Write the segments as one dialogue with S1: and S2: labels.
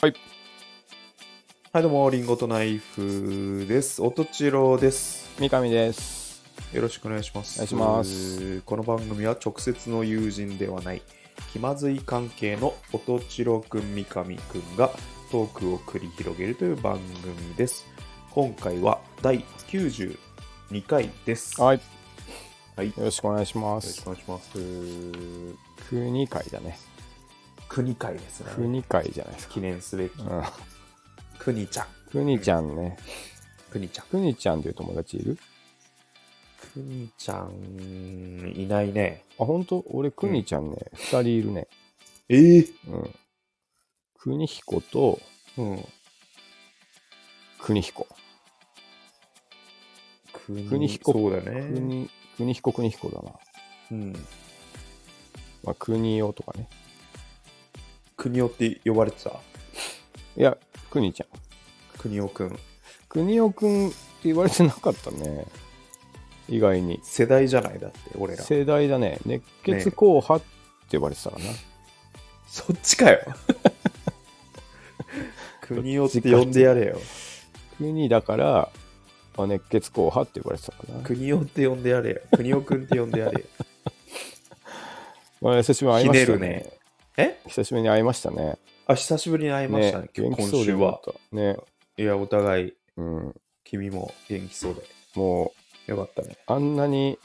S1: はい。
S2: はい、どうも、リンゴとナイフです。おとちろです。
S1: 三上です。
S2: よろしくお願いします。
S1: お願いします。
S2: この番組は直接の友人ではない、気まずい関係のおとちろくん、三上くんがトークを繰り広げるという番組です。今回は第92回です。
S1: はい。
S2: はい。よ
S1: よろしくお願いしま
S2: ろし
S1: す
S2: く。お願いします。
S1: 国会だね。
S2: 国会ですね。
S1: 国会じゃないですか。
S2: 記念すべき。
S1: うん。
S2: 国ちゃん。
S1: 国ちゃんね。
S2: 国ちゃん。
S1: 国ちゃんっていう友達いる
S2: 国ちゃん、いないね。
S1: あ、本当俺、国ちゃんね、二人いるね。
S2: ええ
S1: うん。国彦と
S2: うん。
S1: 国彦。
S2: 国
S1: 国彦
S2: そうだね。
S1: 国、国彦国彦だな。
S2: うん。
S1: まあ、国よとかね。
S2: 国夫って呼ばれてた
S1: いや、国ちゃん。
S2: 国夫くん。
S1: 国尾くんって言われてなかったね。意外に。
S2: 世代じゃないだって、俺ら。そ
S1: 世代だね。熱血硬派って呼ばれてたかな。
S2: っち かよ。国夫って呼んでやれよ。
S1: 国だから、まあ、熱血硬派って言われてたかな。
S2: 国夫って呼んでやれよ。国夫くんって呼んでや れよ。
S1: まあ、久しぶりに会いましたね
S2: ひねるえ
S1: 久しぶりに会いましたね。
S2: あ、久しぶりに会いましたね、今
S1: 元
S2: 日
S1: 気
S2: 今
S1: そうで
S2: 週
S1: よか
S2: は
S1: っ。た。ね。
S2: いや、お互い、
S1: うん。
S2: 君も元気そうで。
S1: も
S2: よかったね。
S1: う、あんなに、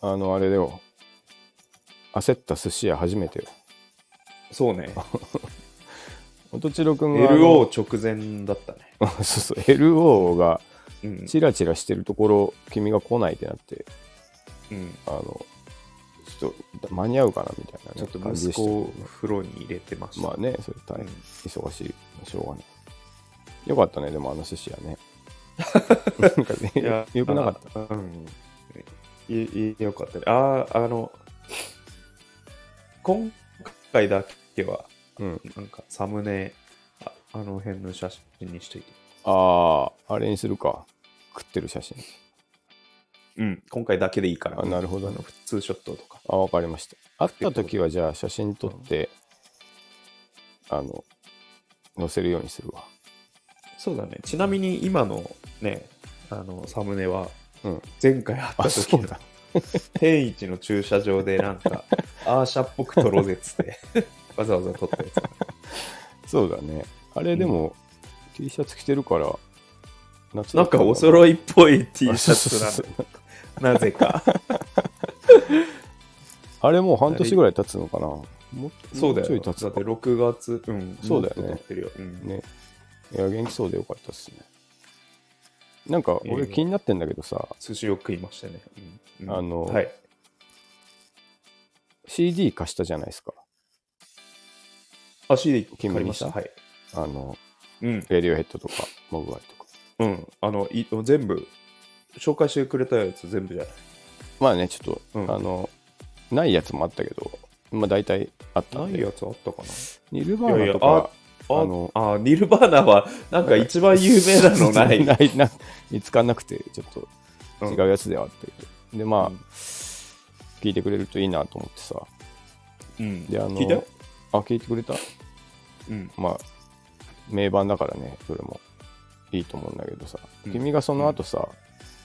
S1: あの、あれだよ。焦った寿司屋初めてよ。
S2: そうね。
S1: おとちろくんが。
S2: LO 直前だったね。
S1: あの そうそう、LO が
S2: うん。
S1: チラチラしてるところ、君が来ないってなって、
S2: うん
S1: あの、ちょっと間に合うかなみたいなね、
S2: ちょっと
S1: 感じで
S2: 息
S1: した
S2: 子を風呂に入れてました。
S1: まあね、それ大変
S2: うん
S1: 忙しい、しょうがない。よかったね、でもあの寿司屋 ね。なんか
S2: いや
S1: ね、 よくなかった。
S2: た。うん。いいよかったね。ああ、あの、今回だけは、
S1: うん。
S2: なんかサムネ、ああの辺の写真にしといて。
S1: ああ、あれにするか。食ってる写真。
S2: うん。今回だけでいいから。
S1: あなるほどね
S2: あの普通ショットとか。
S1: あ、わかりました。会った時は、じゃあ写真撮って、あの、載せるようにす るわ。
S2: そうだね。ちなみに今のね、あの、サムネは、
S1: うん。
S2: 前回会った
S1: あ、
S2: 時
S1: そう
S2: の
S1: だ。
S2: 天一の駐車場でなん か、アーシャっぽく撮ろうぜっつって、わざわざ撮ったやつ。
S1: そうだね。あれでも、T シャツ着てるから、夏
S2: な
S1: だ
S2: ん
S1: った
S2: か
S1: の
S2: お揃いっぽい T
S1: あ
S2: シ
S1: そう
S2: ャ
S1: そう
S2: ツ
S1: そう
S2: なんだなぜか。
S1: あれもう半年ぐらい経つのかな。もっと
S2: そうだ
S1: も
S2: よ。
S1: うちょい
S2: だ
S1: 経
S2: って
S1: つか
S2: 6月、うん、
S1: そうだよね
S2: もっと経ってるようん
S1: ね。いや、元気そうでよかったっすね。なんか、
S2: いやいや
S1: 俺気になってんだけどさ、
S2: 寿司を食いましたね。うんうん
S1: あの
S2: はい。
S1: CD 貸したじゃないですか。
S2: 足で借
S1: 君
S2: りま
S1: に
S2: し
S1: した
S2: た。はい。
S1: あの、
S2: うん。
S1: レディオヘッドとか、モグワイとか。
S2: うん。あの、い全部、紹介してくれたやつ全部じゃない。
S1: まあね、ちょっと、
S2: うん
S1: あの、ないやつもあったけど、まあ大体あったん
S2: ない
S1: で。
S2: やつあったかな
S1: ニルバーナと
S2: いやいや
S1: か、
S2: あ
S1: あの
S2: あ、ニルバーナは、なんか一番有名なの な い。
S1: ない、な見つかんなくて、ちょっと
S2: うん
S1: 違うやつではあったけど。で、まあ、
S2: うん
S1: 聞いてくれるといいなと思ってさ。
S2: うん
S1: で、あの、
S2: 聞いたよ
S1: あ、聞いてくれた
S2: うん。
S1: まあ、名盤だからね、それもいいと思うんだけどさ、
S2: うん
S1: 君がその後さ、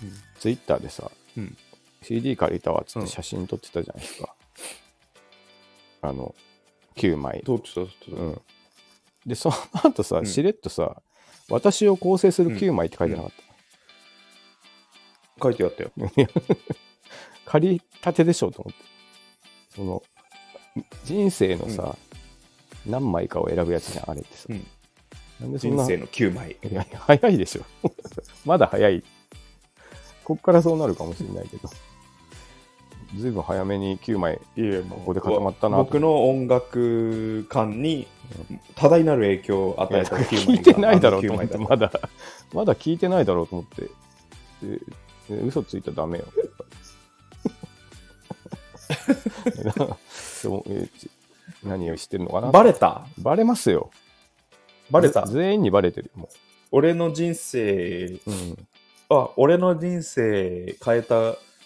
S2: うん
S1: ツイッターでさ、
S2: うん
S1: CD 借りたわっつっ
S2: うん
S1: て写真撮ってたじゃないですか。あの、9枚。
S2: どうちょっと、
S1: うん、で、その後さ、
S2: ん
S1: しれっとさ、私を構成する9枚って書いてなかった。
S2: 書いてあったよ。
S1: 借りたてでしょと思って。その、人生のさ、何枚かを選ぶやつじゃん、あれってさ。
S2: うん
S1: なんでそん
S2: 人
S1: な
S2: 生の9枚。
S1: いやいや、早いでしょ。 まだ早い。こっからそうなるかもしれないけど。ずいぶん早めに9枚。
S2: いや
S1: ここで固まったなと
S2: 僕の音楽観に多大なる影響を
S1: い
S2: 与
S1: や
S2: えた9枚が
S1: 聞いてないだろうと
S2: あの
S1: 思っ
S2: 9
S1: て、
S2: 枚
S1: まだ、まだ聞いてないだろうと思って。でで嘘ついたらダメ よ。やっぱりでもえち何をしてるのか
S2: だ
S1: な
S2: バレた
S1: バレますよ。
S2: バレた
S1: ぜ全員にバレてるよ。も
S2: 俺の人生
S1: ううん
S2: あ俺の人生変えた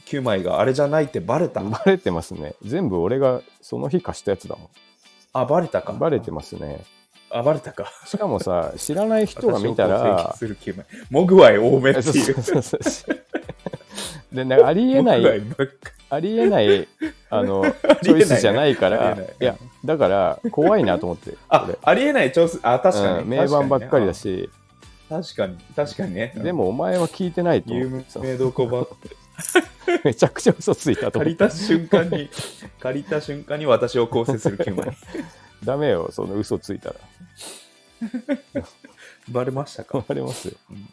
S2: 9枚があれじゃないってバレた
S1: バレてますね。全部俺がその日貸したやつだもん。
S2: あバレたか
S1: バレてますね。
S2: 暴れたか。
S1: しかもさ、知らない人が見た
S2: 私を攻撃
S1: ら、
S2: する気もモグワイ多めって
S1: そう
S2: い
S1: そうう。そうそうでなんかありえな
S2: モグワイ
S1: い、
S2: ばっか
S1: ありえない、あ の、チョ
S2: りえない
S1: イスじゃないか
S2: あ
S1: ら、
S2: りえない
S1: いや、だから、怖いなと思って、
S2: あ
S1: 俺、
S2: ありえない調査。あ、確かに。
S1: うん名盤ばっかりだ
S2: し。
S1: し、
S2: 確かに、確かにね。
S1: で、もお前は聞いてないと
S2: 有
S1: 思ってさ
S2: 名どこば、
S1: めちゃくちゃ嘘ついたと 思っ
S2: 借り
S1: て
S2: た瞬間に、借りた瞬間に私を構成する気もない。
S1: ダメよ、その嘘ついたら。
S2: バレましたか
S1: バレますよ
S2: うん。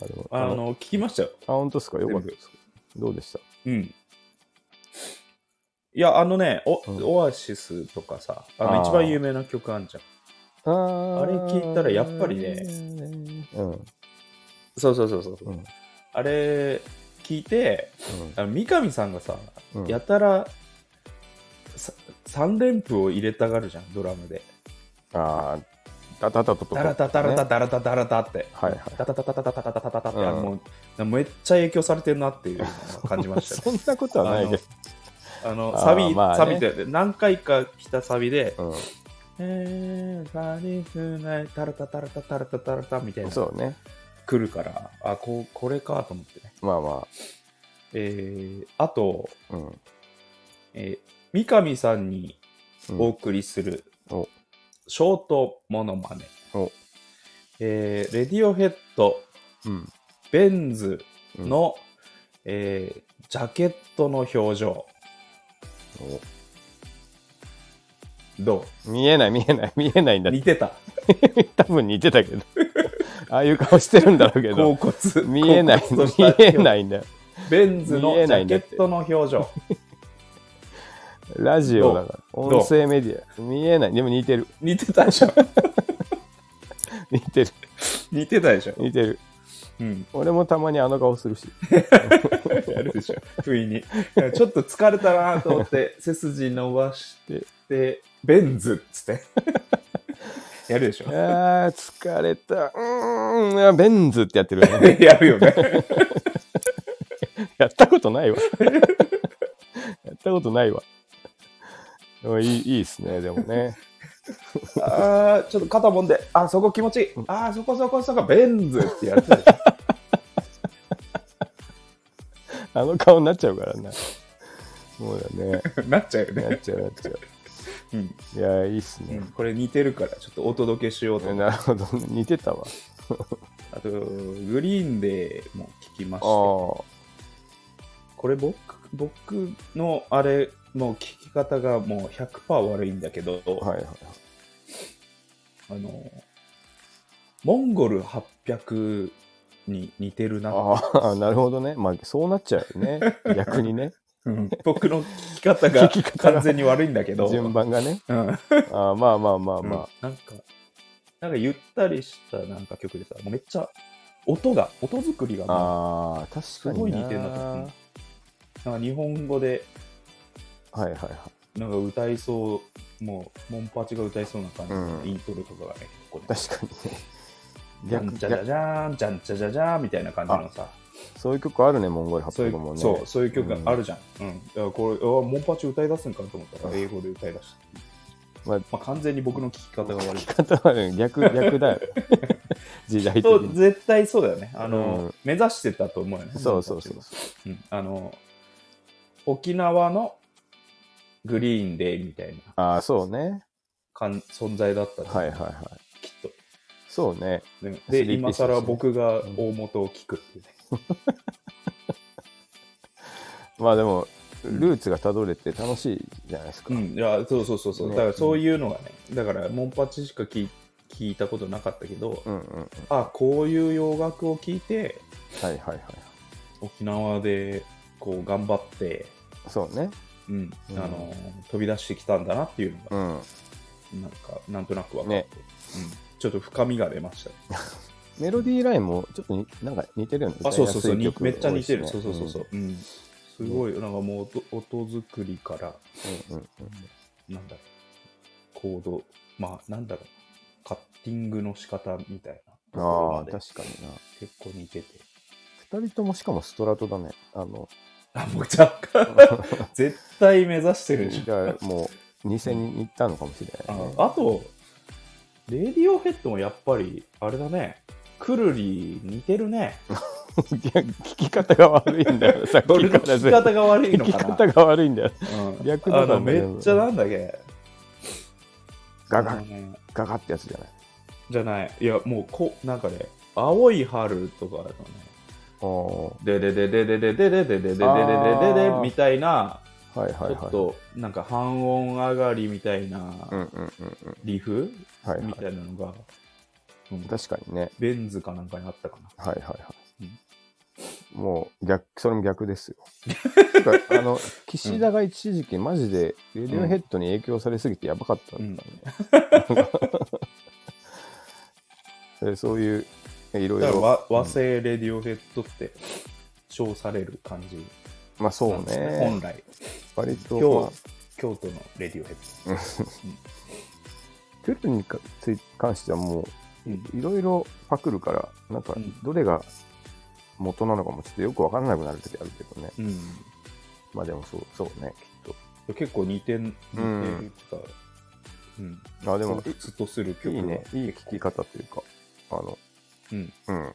S1: バレますあ
S2: あ
S1: の、あ、
S2: の、聞きましたよ。
S1: 本当ですかよかったです。どうでした
S2: うん。いや、あのね、お
S1: うん
S2: オアシスとかさ、あ
S1: あ
S2: の
S1: ー
S2: 一番有名な曲あんじゃん。
S1: あー
S2: あれ聞いたらやっぱりね
S1: うん。
S2: そうそうそうそう。
S1: うん
S2: あれ聞いて、あの三上さんがさ、
S1: うん
S2: やたらさ三連符を入れたがるじゃん、ドラムで。
S1: ああ、タタタタタ
S2: ダラタダラタ
S1: ね
S2: ダラタダラタって。
S1: はいはい
S2: ダタダタダタダタダタダタって、
S1: うん
S2: あのもうめっちゃ影響されてるなっていうのを感じました
S1: そ
S2: ね。
S1: んなことはないけ
S2: あの
S1: あー
S2: サビ、
S1: まあね
S2: サビで何回か来たサビで、
S1: ど。
S2: えー、サリフない、タラタタラタタラタタラタみたい
S1: うん。
S2: な
S1: そうね。
S2: 来るから、あ、こうこれかと思ってね。
S1: まあま
S2: えー、あと、
S1: あ。うん。
S2: えー、三上さんに
S1: うん
S2: お送りする、
S1: お
S2: ショートモノマネ
S1: お。
S2: えー、レディオヘッド、
S1: うん。
S2: ベンズ
S1: うん
S2: の、えージャケットの表情、
S1: お
S2: ど
S1: 見えない見えない見えないん
S2: う
S1: だ
S2: 似てた。
S1: 多分似てたけど ああいう顔してるんだろうけ
S2: 甲
S1: ど
S2: 骨。
S1: 見えない
S2: 甲骨とし
S1: 見
S2: た
S1: えないんだよ
S2: ベンズの
S1: 見え
S2: ジ
S1: ない
S2: ャ
S1: ん
S2: ケ
S1: だって
S2: ットの表情。
S1: ラジオだから
S2: うどう
S1: 音声メディア見えないでも似てる
S2: 似てたでし ょ。
S1: 似てる
S2: 似てたでしょ。
S1: 似てる
S2: うん。
S1: 俺もたまにあの顔するし
S2: やるでしょ。不意に。ちょっと疲れたなと思って、 背筋伸ばして、で、ベンズっ つって。やるでしょ
S1: あ。ー疲れたうーんあベンズってやってる
S2: やるよね。
S1: やったことないわやったことないわでもいいいいですねでもね
S2: ああ、ちょっと肩もんで、あーそこ気持ちいい。ああ、そこそこそこ、ベンズってやるでしょ。
S1: あの顔になっちゃうからなそうだね
S2: なっちゃうよ
S1: なっ
S2: ね。
S1: ちゃうなっちゃう
S2: うん
S1: いやーいいっすね、
S2: これ似てるから、ちょっとお届けしようと思っ
S1: な
S2: て。
S1: るほど、似てたわ。
S2: あと、グリーンデーも聞きまして、こ
S1: あ
S2: れ僕、僕のあれ、もう聞き方がもう100%悪いんだけど、
S1: あ、はいはい。
S2: あの、モンゴル800に似てるな。
S1: ああ、 なるほどね。まあ、そうなっちゃうよね。逆に ね。
S2: うん僕の聞き方が
S1: 聞き方が
S2: 完全に悪いんだけど、
S1: 順番がね。
S2: うんうん
S1: ああまあまあまあま
S2: なんか、なんかゆったりしたなんか曲でさ、もうめっちゃ音が、音作りが
S1: あ。
S2: な
S1: ああ、確かにな。す
S2: すごい似てるなと思ってなんか日本語で
S1: はいはいはい。
S2: なんか歌いそう、もう、モンパチが歌いそうな感じの
S1: うん
S2: イントロとかがね、結構ね
S1: 確かにね。
S2: じゃん
S1: 逆
S2: じゃじゃ
S1: 逆
S2: じゃーん、じゃんじゃじゃじゃーんみたいな感じのさ、
S1: そういう曲あるね、モンゴル
S2: そうい
S1: 800も
S2: う
S1: ね。
S2: そうそういう曲があるじゃん。うんだからこれ、あモンパチ歌い出すんかと思ったら、
S1: うん
S2: 英語で歌い出した。
S1: まあ
S2: まあ、完全に僕の聞き方が 悪い。
S1: 方はね逆、逆 だよ。時代的
S2: と
S1: に。
S2: 絶対そうだよね。あの、
S1: うん
S2: 目指してたと思うよね。
S1: そうそうそう
S2: モンパチは。うん、あの、沖縄のグリーンデーみたいな
S1: ああ、そうね。
S2: かん存在だったと思う
S1: はいはいはい。
S2: きっと。
S1: そうね。
S2: ね
S1: スリー
S2: で、
S1: ピース
S2: 今更僕が大元を聞くっていうね。
S1: まあでも、ルーツがたどれて楽しいじゃないですか。
S2: うん、いや、そうそうそうそう、
S1: ね
S2: だからそういうのがね、だから、モンパチしか聞い聞いたことなかったけど、
S1: うんうんうん。
S2: あこういう洋楽を聞いて、
S1: はいはいはい。
S2: 沖縄でこう頑張って、
S1: そうね。
S2: うん
S1: うん
S2: あの飛び出してきたんだなっていうの
S1: う
S2: が、
S1: ん。
S2: なんか、なんとなく分かって、
S1: ね
S2: うんちょっと深みが出ましたね。
S1: メロディーラインもちょっとになんか似てるよね。
S2: あ、そうそうそう、
S1: 歌いや
S2: に
S1: すい曲
S2: めっちゃ似てる、
S1: 多いし
S2: そう
S1: ね
S2: そうそうそう、うんすごい、なんかもう音音作りから、
S1: うんうんうん
S2: なんだろう、コード、まあ、なんだろう、カッティングの仕方みたいなところ
S1: あ
S2: ま
S1: あ、
S2: で
S1: 確かにな。
S2: 結構似てて。
S1: 二人ともしかもストラトだね。あの、
S2: あ、もう若干、絶対目指してるでし
S1: じゃあもう、偽に行ったのかもしれない、
S2: ょ
S1: ね。。
S2: ああと、レディオヘッドもやっぱり、あれだね。くるり似てるね。
S1: 聞き方が悪いんだよ、さっき
S2: 俺の
S1: から
S2: 聞
S1: ず
S2: き
S1: っと
S2: 方が悪い
S1: 聞
S2: の
S1: き
S2: かな。
S1: 方が悪いんだよ。
S2: うん
S1: 略だ
S2: あ
S1: から
S2: のめ
S1: ね
S2: っちゃなんだっけ
S1: ガガ
S2: あのね
S1: ガガってやつじゃない。
S2: じゃない。いや、もうこ、なんかね、青い春とかのね、
S1: お
S2: ででででででででででででででみたいな、
S1: ーはい
S2: ち
S1: はい
S2: ょ
S1: は
S2: っ
S1: い。
S2: となんか半音上がりみたい
S1: うん
S2: な
S1: うんうんうん。
S2: リフ
S1: はいは
S2: み
S1: い。
S2: たいなのが、うん
S1: 確かにね。
S2: ベンズかなんかにあったかな。
S1: はいはいはい。もう逆、それも逆です よ。てかあの、岸田が一時期、マジで、レディオヘッドに影響されすぎてやばかったんだね。 でそういう、いろい
S2: だから
S1: ろ。
S2: 和和製レディオヘッドって称される感じ
S1: まあそ
S2: な
S1: うん
S2: ですね、
S1: ね
S2: 本。来。
S1: 割と、ま
S2: 今
S1: あ
S2: 日、京都のレディオヘッド。
S1: 京都にかつい関してはも
S2: うん
S1: ういろいろパクるからなんか
S2: うん
S1: どれが元なのかもちょっとよく分からなくなる時あるけどね
S2: うん
S1: まあでもそうそうねきっ
S2: 結構似てん似て
S1: うん
S2: るとか、うん、
S1: とあでも
S2: ずっとする
S1: い
S2: 曲はい
S1: ねいい聞き方というかあの
S2: うん、
S1: うん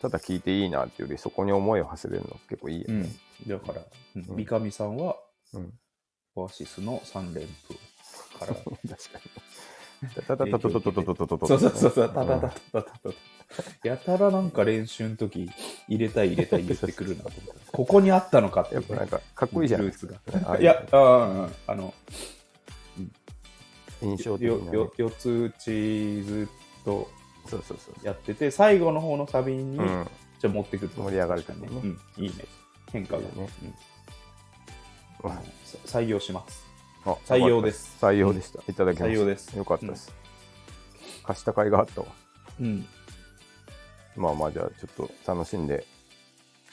S1: ただ聞いていいなっていうよりそこに思いを馳せれるの結構いいよ
S2: う
S1: ね
S2: ん、だから、うん
S1: うん
S2: 三上さんは
S1: うん
S2: オアシスの三連符から
S1: 確かにたたたたたたたたたたた
S2: そうそうそうそうたたたたたたたやたらなんか練習の時入れたい入れたい言ってくる なと思ってここにあったのかってい
S1: や
S2: う
S1: っ
S2: ね
S1: ぱなんかかっこいいじゃん
S2: ルーツが
S1: ああ
S2: いやあーあの
S1: 印象
S2: よ
S1: 的なね
S2: よ四つ打ちずっと
S1: そうそうそう
S2: やってて最後の方のサビに、
S1: うん
S2: じゃあ持ってくる
S1: 盛り上がるからね
S2: うん、いいね変化
S1: い
S2: が、
S1: いよね
S2: うん
S1: うん
S2: あのさ採用します
S1: あ
S2: 採用です
S1: 採用でした。いただきました。
S2: 採用です
S1: よかったです。貸した甲斐があったわ。
S2: うん
S1: まあまあ、じゃあちょっと楽しんで。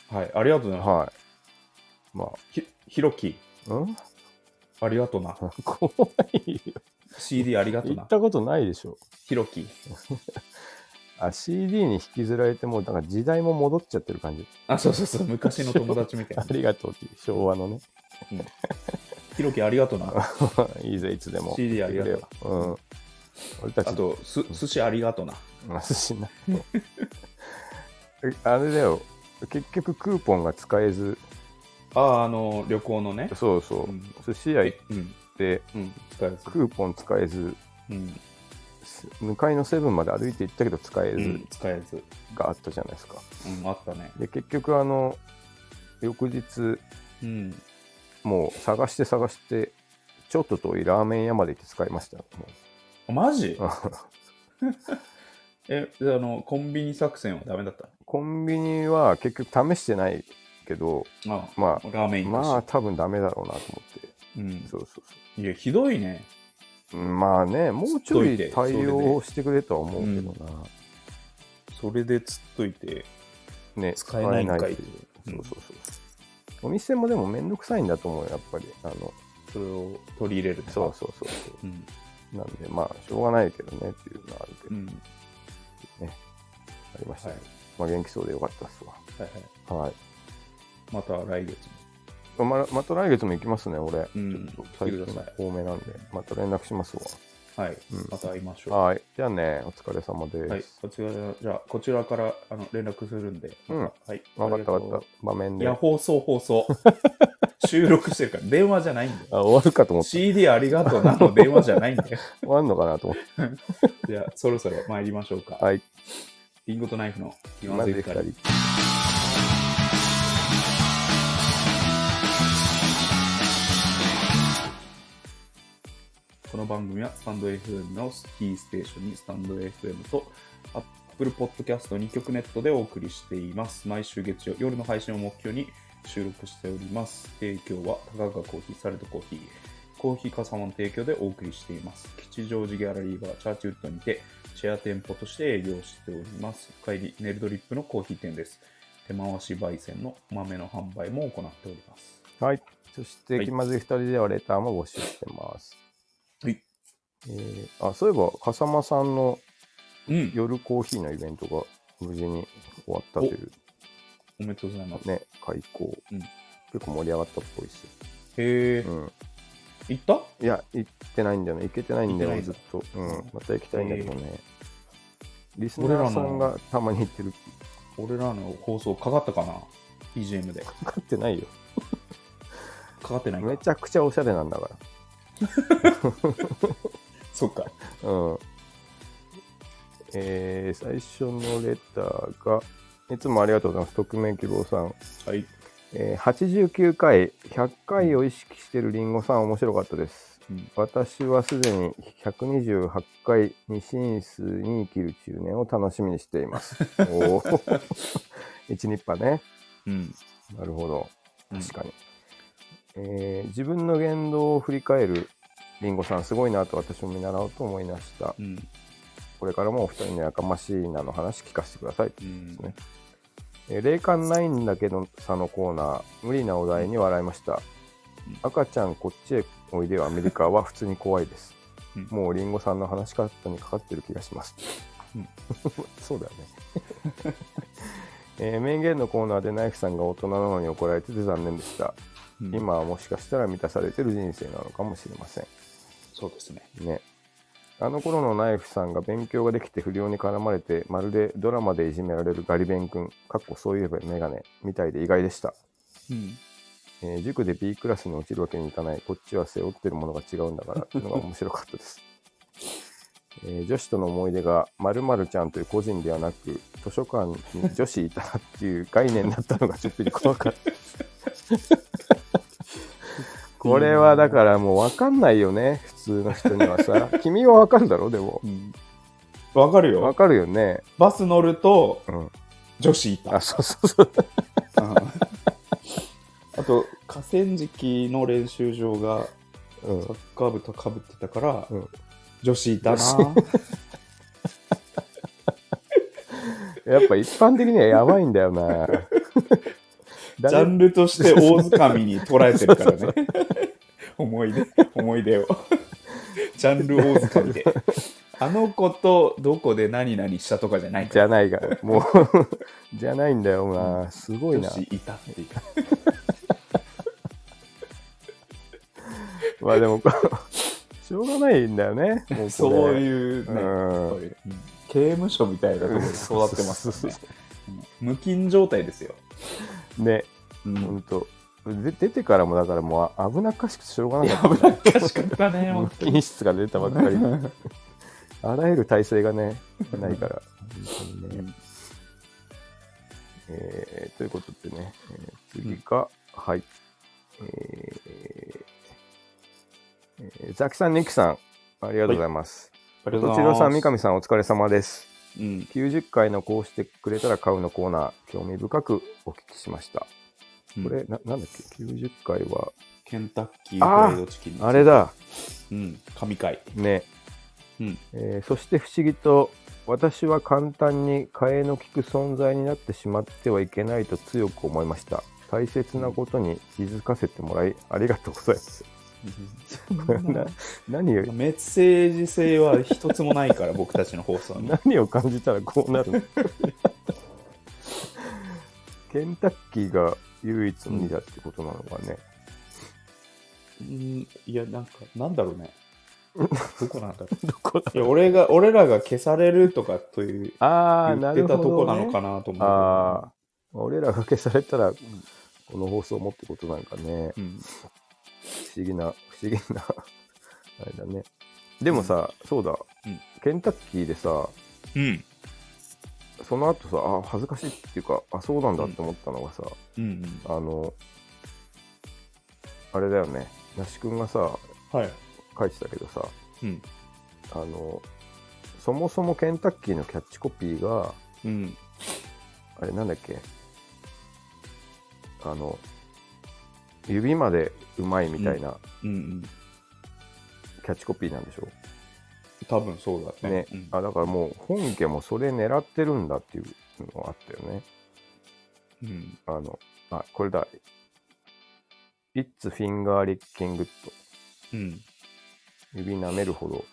S2: はいありがとうございます
S1: はい。ま
S2: ひひろき
S1: あ、うん
S2: ありがとうな
S1: 怖いよ。
S2: CD ありがとう
S1: 行
S2: な
S1: ったことないでしょ。
S2: ひろき
S1: あ、CD に引きずられてもう、なんか時代も戻っちゃってる感じ。
S2: あそうそうそう昔の友達みたい
S1: あ
S2: な
S1: りがとうっていう、昭和のね。
S2: ひろきありがとうな
S1: いいぜ、いつでも。
S2: CD ありがと
S1: 送
S2: う
S1: ってくれよ。うん。俺たち
S2: あとす寿司ありがとうな
S1: あ寿司なあれだよ。結局クーポンが使えず、
S2: あああの旅行のね
S1: そうそう、
S2: うん
S1: 寿司屋行っ
S2: うん
S1: て、
S2: うん使うやつ
S1: クーポン使えず、
S2: うん、
S1: す向かいのセブンまで歩いて行ったけど使え
S2: う
S1: ず
S2: ん、使うやつ
S1: があったじゃないですか。
S2: うんあったね
S1: で、結局、あの、翌日、
S2: うん
S1: もう探して探して、ちょっと遠いラーメン屋まで行って使いました よ。も
S2: あマジ
S1: う
S2: えあのコンビニ作戦はダメだった
S1: コンビニは結局試してないけど、
S2: ああ
S1: ま
S2: ラーメン
S1: あ、
S2: 行くし、
S1: まあ多分ダメだろうなと思って。
S2: うん、
S1: そうそう
S2: いやひどいね
S1: そう。まあね、もうちょい対応をしてくれとは思うけどな。
S2: それでつっといて
S1: ね、
S2: 使えないんかい
S1: 使え
S2: う
S1: なんいっていうそうそうそう。お店もでもめんどくさいんだと思うよ、やっぱり。あの、
S2: それを取り入れるのが
S1: そうそうそうそう。
S2: うん
S1: なんで、まあ、しょうがないけどねっていうのはあるけ
S2: う
S1: ど、
S2: んはい
S1: ありました
S2: はい
S1: ね。まあ、元気そうでよかったです
S2: はい
S1: わ。はい。
S2: また来月も
S1: ままた来月も行きますね、俺。
S2: うん
S1: ちょっと最
S2: 来てくだ
S1: 近
S2: さい
S1: 多めなんで、また連絡します
S2: はい、
S1: うん
S2: また会いまし
S1: わ。
S2: ょ
S1: はい。じゃあね、お疲れ様で
S2: う
S1: す。
S2: はいこちらじゃあこちらからあの連絡するんで、
S1: うん
S2: またはい
S1: わかった
S2: あ
S1: わか
S2: りがとう
S1: った。場面
S2: い
S1: で。
S2: や
S1: あ、
S2: 放送 放送収録してるから電話じゃないんだよ
S1: 終わるかと 思って。
S2: CD ありがとうなの電話じゃないんだよ
S1: 終わるのかなと思って。
S2: じゃあそろそろ参りましょうか、
S1: はい。
S2: リンゴとナイフの気 ま
S1: ま
S2: ず
S1: ず
S2: い二
S1: 二
S2: 人
S1: 人。
S2: この番組はスタンド FM のキーステーションにスタンド FM と Apple Podcast 2曲ネットでお送りしています。毎週月曜夜の配信を目標に収録しております。提供は高川コーヒー、サルトコーヒー、コーヒーかさまの提供でお送りしています。吉祥寺ギャラリーバーチャーチウッドにてシェア店舗として営業しております。深入りネルドリップのコーヒー店です。手回し焙煎の豆の販売も行っております。
S1: はい。そし
S2: は
S1: て、
S2: い
S1: 気まずい二人ではレターも募集してます。
S2: はい。
S1: えー、あ、そういえば、笠間さんの
S2: うん、
S1: 夜コーヒーのイベントが無事に終わったという
S2: おめでとうございます。
S1: ね、開校、
S2: うん
S1: 結構盛り上がったっぽいです
S2: へえ
S1: よ。うん。
S2: 行った
S1: いや、行ってないんだよね。行けてないんだよ、
S2: 行け
S1: ず
S2: て
S1: っと。うん
S2: うん。
S1: また行きたいんだけどね。リス
S2: 俺ら
S1: ナ
S2: の
S1: ーさんがたまに行ってる。
S2: 俺らの放送かかったかな ?BGM で。
S1: かかってないよ。
S2: かかってないか
S1: めちゃくちゃおしゃれなんだか
S2: そっか。
S1: ら。うん。えー、最初のレターが、いつもありがとうございます。匿名希望さん。
S2: はい。
S1: えー89回、100回を意識してるリンゴさん、面白かったです。
S2: うん
S1: 私はすでに128回、に進数に生きる中年を楽しみにしてい ます。おー 一日派ね。
S2: うん。
S1: なるほど。
S2: うん
S1: 確かに、えー自分の言動を振り返るリンゴさん、すごいなと私も見習おうと思いました。
S2: うん。
S1: これからもお二人のやかましいなの話聞かせてください。
S2: うん
S1: ねえー霊感ないんだけどさのコーナー無理なお題に笑いました、
S2: うん
S1: 赤ちゃんこっちへおいでよアメリカは普通に怖いです、
S2: うん
S1: もうリンゴさんの話し方にかかってる気がします、
S2: うん
S1: そうだよね えー名言のコーナーでナイフさんが大人なのに怒られてて残念でした、
S2: うん
S1: 今はもしかしたら満たされてる人生なのかもしれません
S2: そうですね。
S1: ねあの頃のナイフさんが勉強ができて不良に絡まれてまるでドラマでいじめられるガリ勉君かっこそういえばメガネみたいで意外でした、
S2: うん。
S1: えー塾で B クラスに落ちるわけにいかないこっちは背負ってるものが違うんだからっていうのが面白かったです、 えー女子との思い出が〇〇ちゃんという個人ではなく図書館に女子いたなっていう概念だったのがちょっと一個分かった これはだからもう分かんないよね普通の人にはさ君は分かるだろでも
S2: うん。わかる
S1: わ
S2: よ。
S1: かるよね。
S2: バス乗ると
S1: うん。
S2: 女子いた。
S1: あ、そうそうそう。
S2: うんあと、河川敷の練習場が
S1: うん
S2: サッカー部とかぶってたから、
S1: うん
S2: 女子いたな。
S1: やっぱ一般的にはやばいんだよな。
S2: ジャ
S1: 誰
S2: ンルとして大掴みに捉えてるから ね。思い出、思い出を。ジャンル大掴みで。あの子とどこで何々したとかじゃない
S1: じ
S2: から。
S1: ゃないが、もう、じゃないんだよな。すごい
S2: 女
S1: な。
S2: 子いたっていう。
S1: まあでも、こうしょうがないんだよね。もうこれ
S2: そういうね、
S1: うん
S2: こういううん刑務所みたいなところで育ってますよね。うん無菌状態ですよ。
S1: ね、
S2: うん
S1: ほんと。で出てからも、だからもうあ危なっかしくてしょうがな
S2: や
S1: かっ
S2: ばかったしかったね、
S1: た。
S2: 本
S1: 無
S2: 当に
S1: 菌室が出たばっかり。 あらゆる体制がね、ないから。本当にねえーということでね、えー次が、はい。えーえーザキさん、ニキさん、ありがとうございます。
S2: あり
S1: どち
S2: がとうございま
S1: ら
S2: す
S1: さん、三上さん、お疲れ様です。
S2: うん、
S1: 90回のこうしてくれたら買うのコーナー、興味深くお聞きしました。こ
S2: う
S1: れ
S2: ん、
S1: ななんだっけ、90回は、
S2: ケンタッキーフライドチキンです
S1: あれ、だ、
S2: うん、神回、
S1: ね、
S2: うん、
S1: えーそして不思議と私は簡単に替えの利く存在になってしまってはいけないと強く思いました大切なことに気づかせてもらいありがとうございます な何を
S2: メッセージ性は一つもないから僕たちの放送に
S1: 何を感じたらこうなるのケンタッキーが唯一無二だってことなのかね、
S2: うんいやなんかなんだろうねどこなんだろ う
S1: どこだ
S2: いや俺が俺らが消されるとかという
S1: ああ
S2: 言
S1: な
S2: って
S1: るほど、
S2: た
S1: ね、
S2: とこなのかなと思うけど
S1: ああ俺らが消されたらこの放送もってことなんかね
S2: うん
S1: 不思議な不思議な あれだねでもさ、そうだ、
S2: うん
S1: ケンタッキーでさ
S2: うん
S1: その後さあ恥ずかしいっていうかあそうなんだって思ったのがさ、
S2: うんうん
S1: あのあれだよね那須君がさ
S2: はい
S1: 書いてたけどさ
S2: うん
S1: あのそもそもケンタッキーのキャッチコピーが
S2: うん
S1: あれなんだっけあの指までうまいみたいな
S2: うんうん
S1: キャッチコピーなんでしょ、
S2: 多分そうだね
S1: ね
S2: うん
S1: あだからもう本家もそれ狙ってるんだっていうのがあったよね。
S2: うん
S1: あの、あ、これだ。It's finger licking good.
S2: うん
S1: 指舐めるほど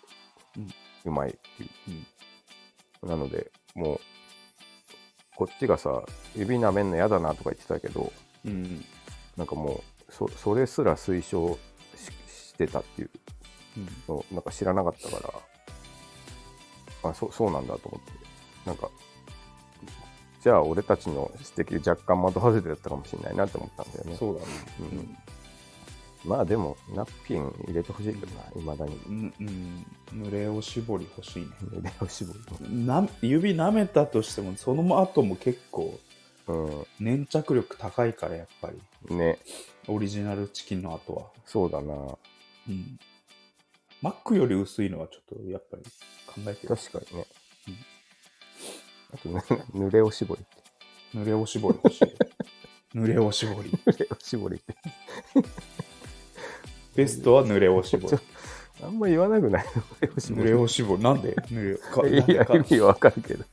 S2: うん
S1: うまいっていう。なので、もう、こっちがさ、指舐めんの嫌だなとか言ってたけど、
S2: うん
S1: なんかもう、そそれすら推奨しししてたっていう
S2: うん
S1: のなんか知らなかったからあそうそうなんだと思ってなんかじゃあ俺たちの指摘若干的外れだったかもしれないなと思ったんだよね
S2: そうだね。
S1: う
S2: うんん、
S1: まあでもナプキン入れてほしいけどな未だに
S2: うん、うん。濡れおしぼり欲しいね。
S1: 入れを絞る
S2: な指舐めたとしても、その後も結構、
S1: う
S2: 粘着力高いから、やっぱり。
S1: んね
S2: オリジナルチキンの後は。
S1: そうだな
S2: うん。マックより薄いのはちょっとやっぱり考えてる。
S1: 確かにね、あとね 濡れおしぼりって
S2: 濡れおしぼり欲しい。 濡れおしぼり。
S1: 濡れおしぼりって
S2: ベストは濡れおしぼり。
S1: あんま言わなくない濡れおしぼ
S2: 濡
S1: り
S2: れおしぼり。なんで濡れか
S1: いや
S2: なん
S1: 意
S2: か
S1: 味わかるけど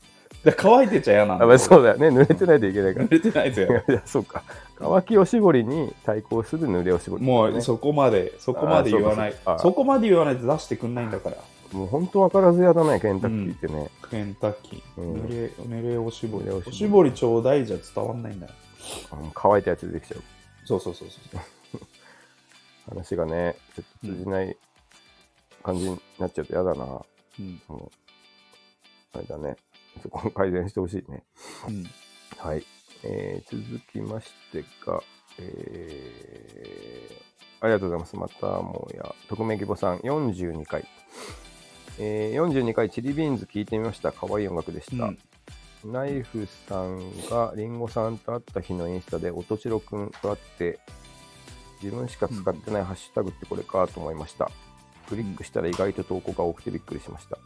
S2: だから乾いてちゃ嫌なん
S1: あ、
S2: だ。
S1: まあ、そうだよね濡れてないといけないから
S2: 濡れてないぜ。
S1: いやそうか乾きおしぼりに対抗する濡れおしぼり、
S2: もう
S1: ね
S2: そこまで、そこまで言わない
S1: あーそうかそう。か
S2: そこまで言わないと出してくんないんだから。
S1: もう本当分からずやだねケンタッキーってね、
S2: ケンタッキー。
S1: うん
S2: 濡れ、濡れおしぼり。
S1: 濡れおしぼ
S2: お
S1: り
S2: しぼりちょうだいじゃ伝わんないんだよ。
S1: あの乾いたやつ出てきちゃう
S2: そうそうそうそう。
S1: 話がねちょっと通じない感じになっちゃうとやだな、
S2: うん。
S1: もうあれだねそこを改善してほしいね
S2: うん。
S1: はい、えー続きましてが、えーありがとうございます。またもや、匿名希望さん、42回。えー42回、チリビーンズ聞いてみました。可愛い音楽でした。
S2: うん
S1: ナイフさんがリンゴさんと会った日のインスタで、おとちろくんと会って、自分しか使ってないハッシュタグってこれかと思いました。クリックしたら意外と投稿が多くてびっくりしました。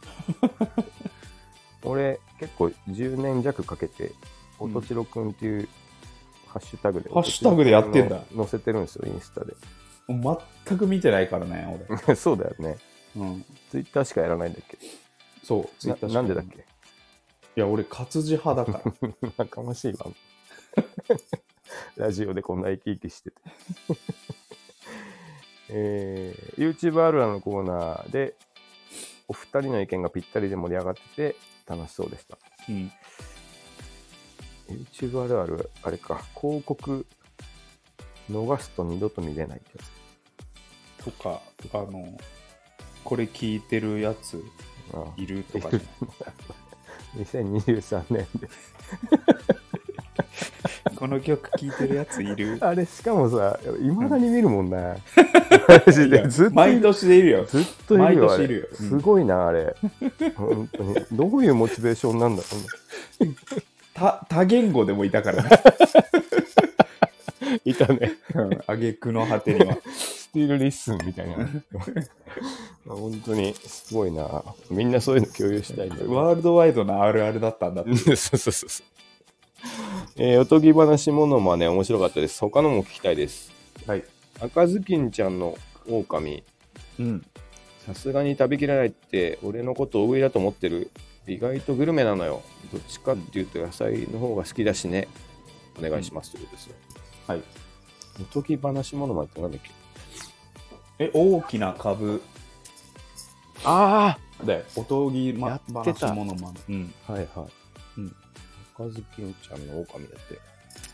S1: 俺、結構10年弱かけて、
S2: う
S1: お
S2: ん
S1: とちろくんっていうハッシュタグで、
S2: ハッシュタグでやってん
S1: お
S2: だ
S1: とちろくを載せてるんですよ、 インスタ
S2: 全く見てないからね、
S1: で。そうだよね。
S2: 俺。うん。
S1: ツイッターしかやらないんだっけ
S2: そう、ツイッター
S1: な
S2: し
S1: な
S2: か
S1: んでだっけ
S2: いや、俺、活字派だから。
S1: やかましいわ。ラジオでこんな生き生きしてて。 えー、YouTube あるあるのコーナーで、お二人の意見がぴったりで盛り上がってて、楽しそうでした。
S2: うん。
S1: YouTube あるある、あれか、広告逃すと二度と見れないってや
S2: とか、あの、これ聞いてるやつ
S1: つ。ああ
S2: いるとかじゃな
S1: 2023年で。
S2: いこの曲聞いてるや ついる
S1: あれ、しかもさ、いまだに見るもんな。 マジで、ずっとい
S2: 毎
S1: る
S2: 年でいるよ。
S1: ずっといるよ。
S2: 毎年
S1: あれ
S2: いるようん
S1: すごいな、あ れ。本当に。どういうモチベーションなんだろ
S2: た多言語でもいたからね。
S1: うね。いたね。
S2: うん挙句の果てには。
S1: スティールリッスンみたいな。 本当に、すごいな。みんなそういうの共有したいんだよね
S2: ワールドワイドなあるあるだったんだって。
S1: そうそうそうそう。えーおとぎ話ものまね、面白かったです。他のも聞きたいです。
S2: はい。
S1: 赤ずきんちゃんの狼。
S2: うん。
S1: さすがに食べきれないって俺のこと大食いだと思ってる意外とグルメなのよどっちかっていうと野菜の方が好きだしねお願いしますということですね
S2: はい。
S1: おとぎ話ものまねってなんだっけ
S2: え、大きな株
S1: あ
S2: で、おとぎ、
S1: や
S2: ま
S1: っ、てた
S2: 話ものまね。うん。
S1: あはいはい
S2: うん
S1: 赤ずきんちゃんの狼だって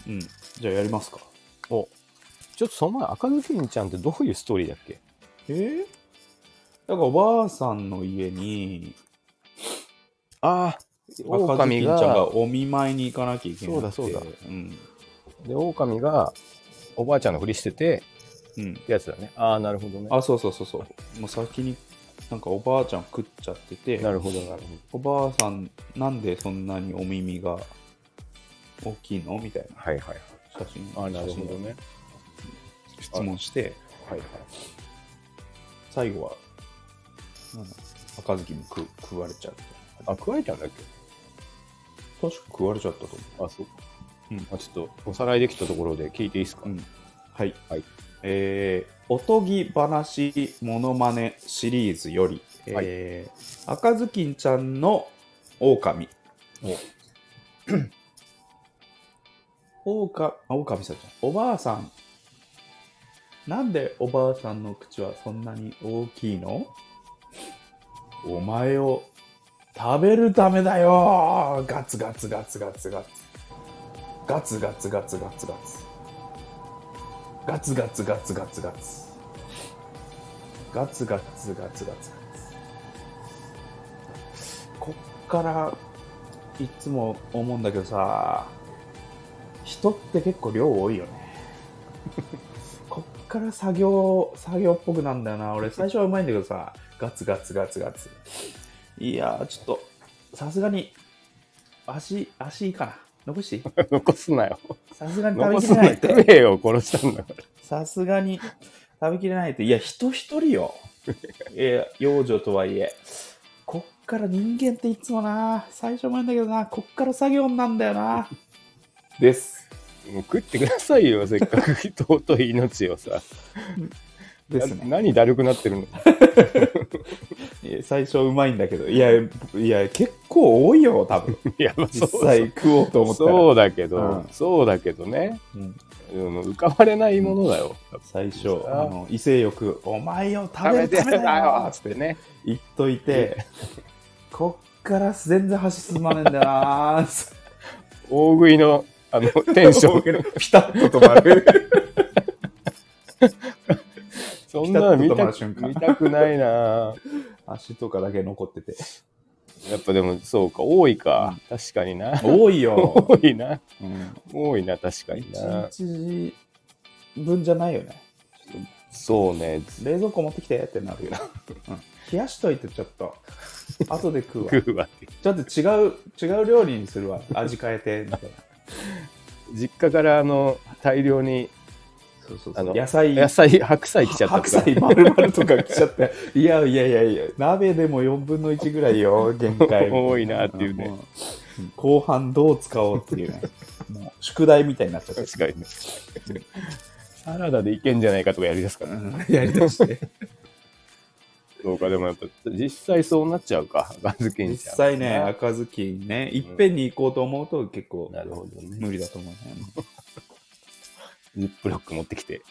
S2: うん。じゃあやりますか。
S1: おちょっとその前赤ずきんちゃんってどういうストーリーだっけ
S2: えー、だからおばあさんの家に、
S1: ああ
S2: 赤ずき
S1: 狼
S2: んちゃんが
S1: が
S2: お見舞いに行かなきゃいけない
S1: そうだそうだ
S2: うん
S1: で狼がおばあちゃんのふりしてて
S2: うん
S1: ってやつだねああなるほどね
S2: あそうそうそうそうもう先になんかおばあちゃん食っちゃってて
S1: なるほどなるほ
S2: おばあさんなんでそんなにお耳が大きいのみたい
S1: どはいはい
S2: な写真
S1: あなるほどね
S2: 写真質問して
S1: はいはい
S2: 最後はなんだ赤ずきに食食われちゃった
S1: あ食われちゃうんだっけ
S2: 確か食われちゃったと思う
S1: あ、そうか。
S2: うん
S1: まあ、ちょっとおさらいできたところで聞いていいですか、
S2: うんはい、
S1: はい
S2: えーおとぎ話ものまねシリーズより、えー赤ずきんちゃんの狼おか狼さんじゃんおばあさんなんでおばあさんの口はそんなに大きいのお前を食べるためだよガツガツガツガツガツガツガツガツガツガツガツガツガツガツガツガツガツガツガツ。こっから、いつも思うんだけどさ、人って結構量多いよね。 こっから作業、作業っぽくなんだよな。俺最初はうまいんだけどさ、ガツガツガツガツ。いやー、ちょっと、さすがに、足、足いいかな。残していい
S1: 残すなよ。
S2: さすがに食べ
S1: 残
S2: き
S1: す
S2: れ
S1: な
S2: ない
S1: よ。
S2: って
S1: 食べよ、殺したんだから。
S2: さすがに食べきれないって、いや、人一人よ。 いや、幼女とはいえ。こっから人間っていつもな、最初も言うんだけどな、こっから作業なんだよな。です。
S1: もう食ってくださいよ、せっ かく尊い命をさ。
S2: です
S1: な
S2: ね。
S1: 何だるくなってるの
S2: いや最初うまいんだけど、いや、いや、結構多いよ、多分。
S1: いや、まあ そ
S2: 実
S1: う
S2: 際食おうと思ったら。
S1: そうだけど、
S2: うん
S1: そうだけどね、
S2: うん
S1: うん、浮かばれないものだよ。
S2: 最初、
S1: さ
S2: あの、威勢よく、お前よ、食
S1: 食
S2: べ
S1: べ
S2: る
S1: て
S2: 食べな
S1: だ
S2: よ
S1: よ、
S2: つ
S1: つ
S2: っ
S1: っててね。
S2: 言っとい て、こっから全然箸進まねえんだよな。
S1: 大食いのあ のテンション、
S2: ピタッと止まる。
S1: そんなの見
S2: ピ
S1: た
S2: タッと止まる瞬間
S1: 見たくないな。
S2: 足とかだけ残ってて。
S1: やっぱでもそうか、多いか。確かにな。
S2: 多い よ。
S1: 多いな。
S2: うん、
S1: 多いな、確かにな
S2: 1。日分じゃないよね。ちょっ
S1: そうね。
S2: と冷蔵庫持ってきてってなるよ。うん冷やしといてちょっ と。後で食うわ。
S1: 食うわけ。
S2: ちょっと違う、違う料理にするわ。味変えて、みたいな。
S1: 実家からあの大量に
S2: そうそう
S1: あの
S2: 野菜、
S1: 野菜、白菜来ちゃった
S2: 白
S1: から。
S2: 菜丸々とか来ちゃ って。いやいやいやいや、鍋でも4分の1ぐらいよ、限界。
S1: 多いなっていうね
S2: もうん。後半どう使おうっていうね。もう宿題みたいになっちゃって。
S1: 確かにね。サラダでいけんじゃないかと かやりだすから、
S2: うんやりだして。
S1: そうか、でもやっぱ実際そうなっちゃうか、ガズキン
S2: 実
S1: ちゃん。
S2: 際ね、赤ずきんね、いっぺんに行こうと思うと結構
S1: なるほどね。
S2: 無理だと思うね。
S1: ジップロック持ってきて、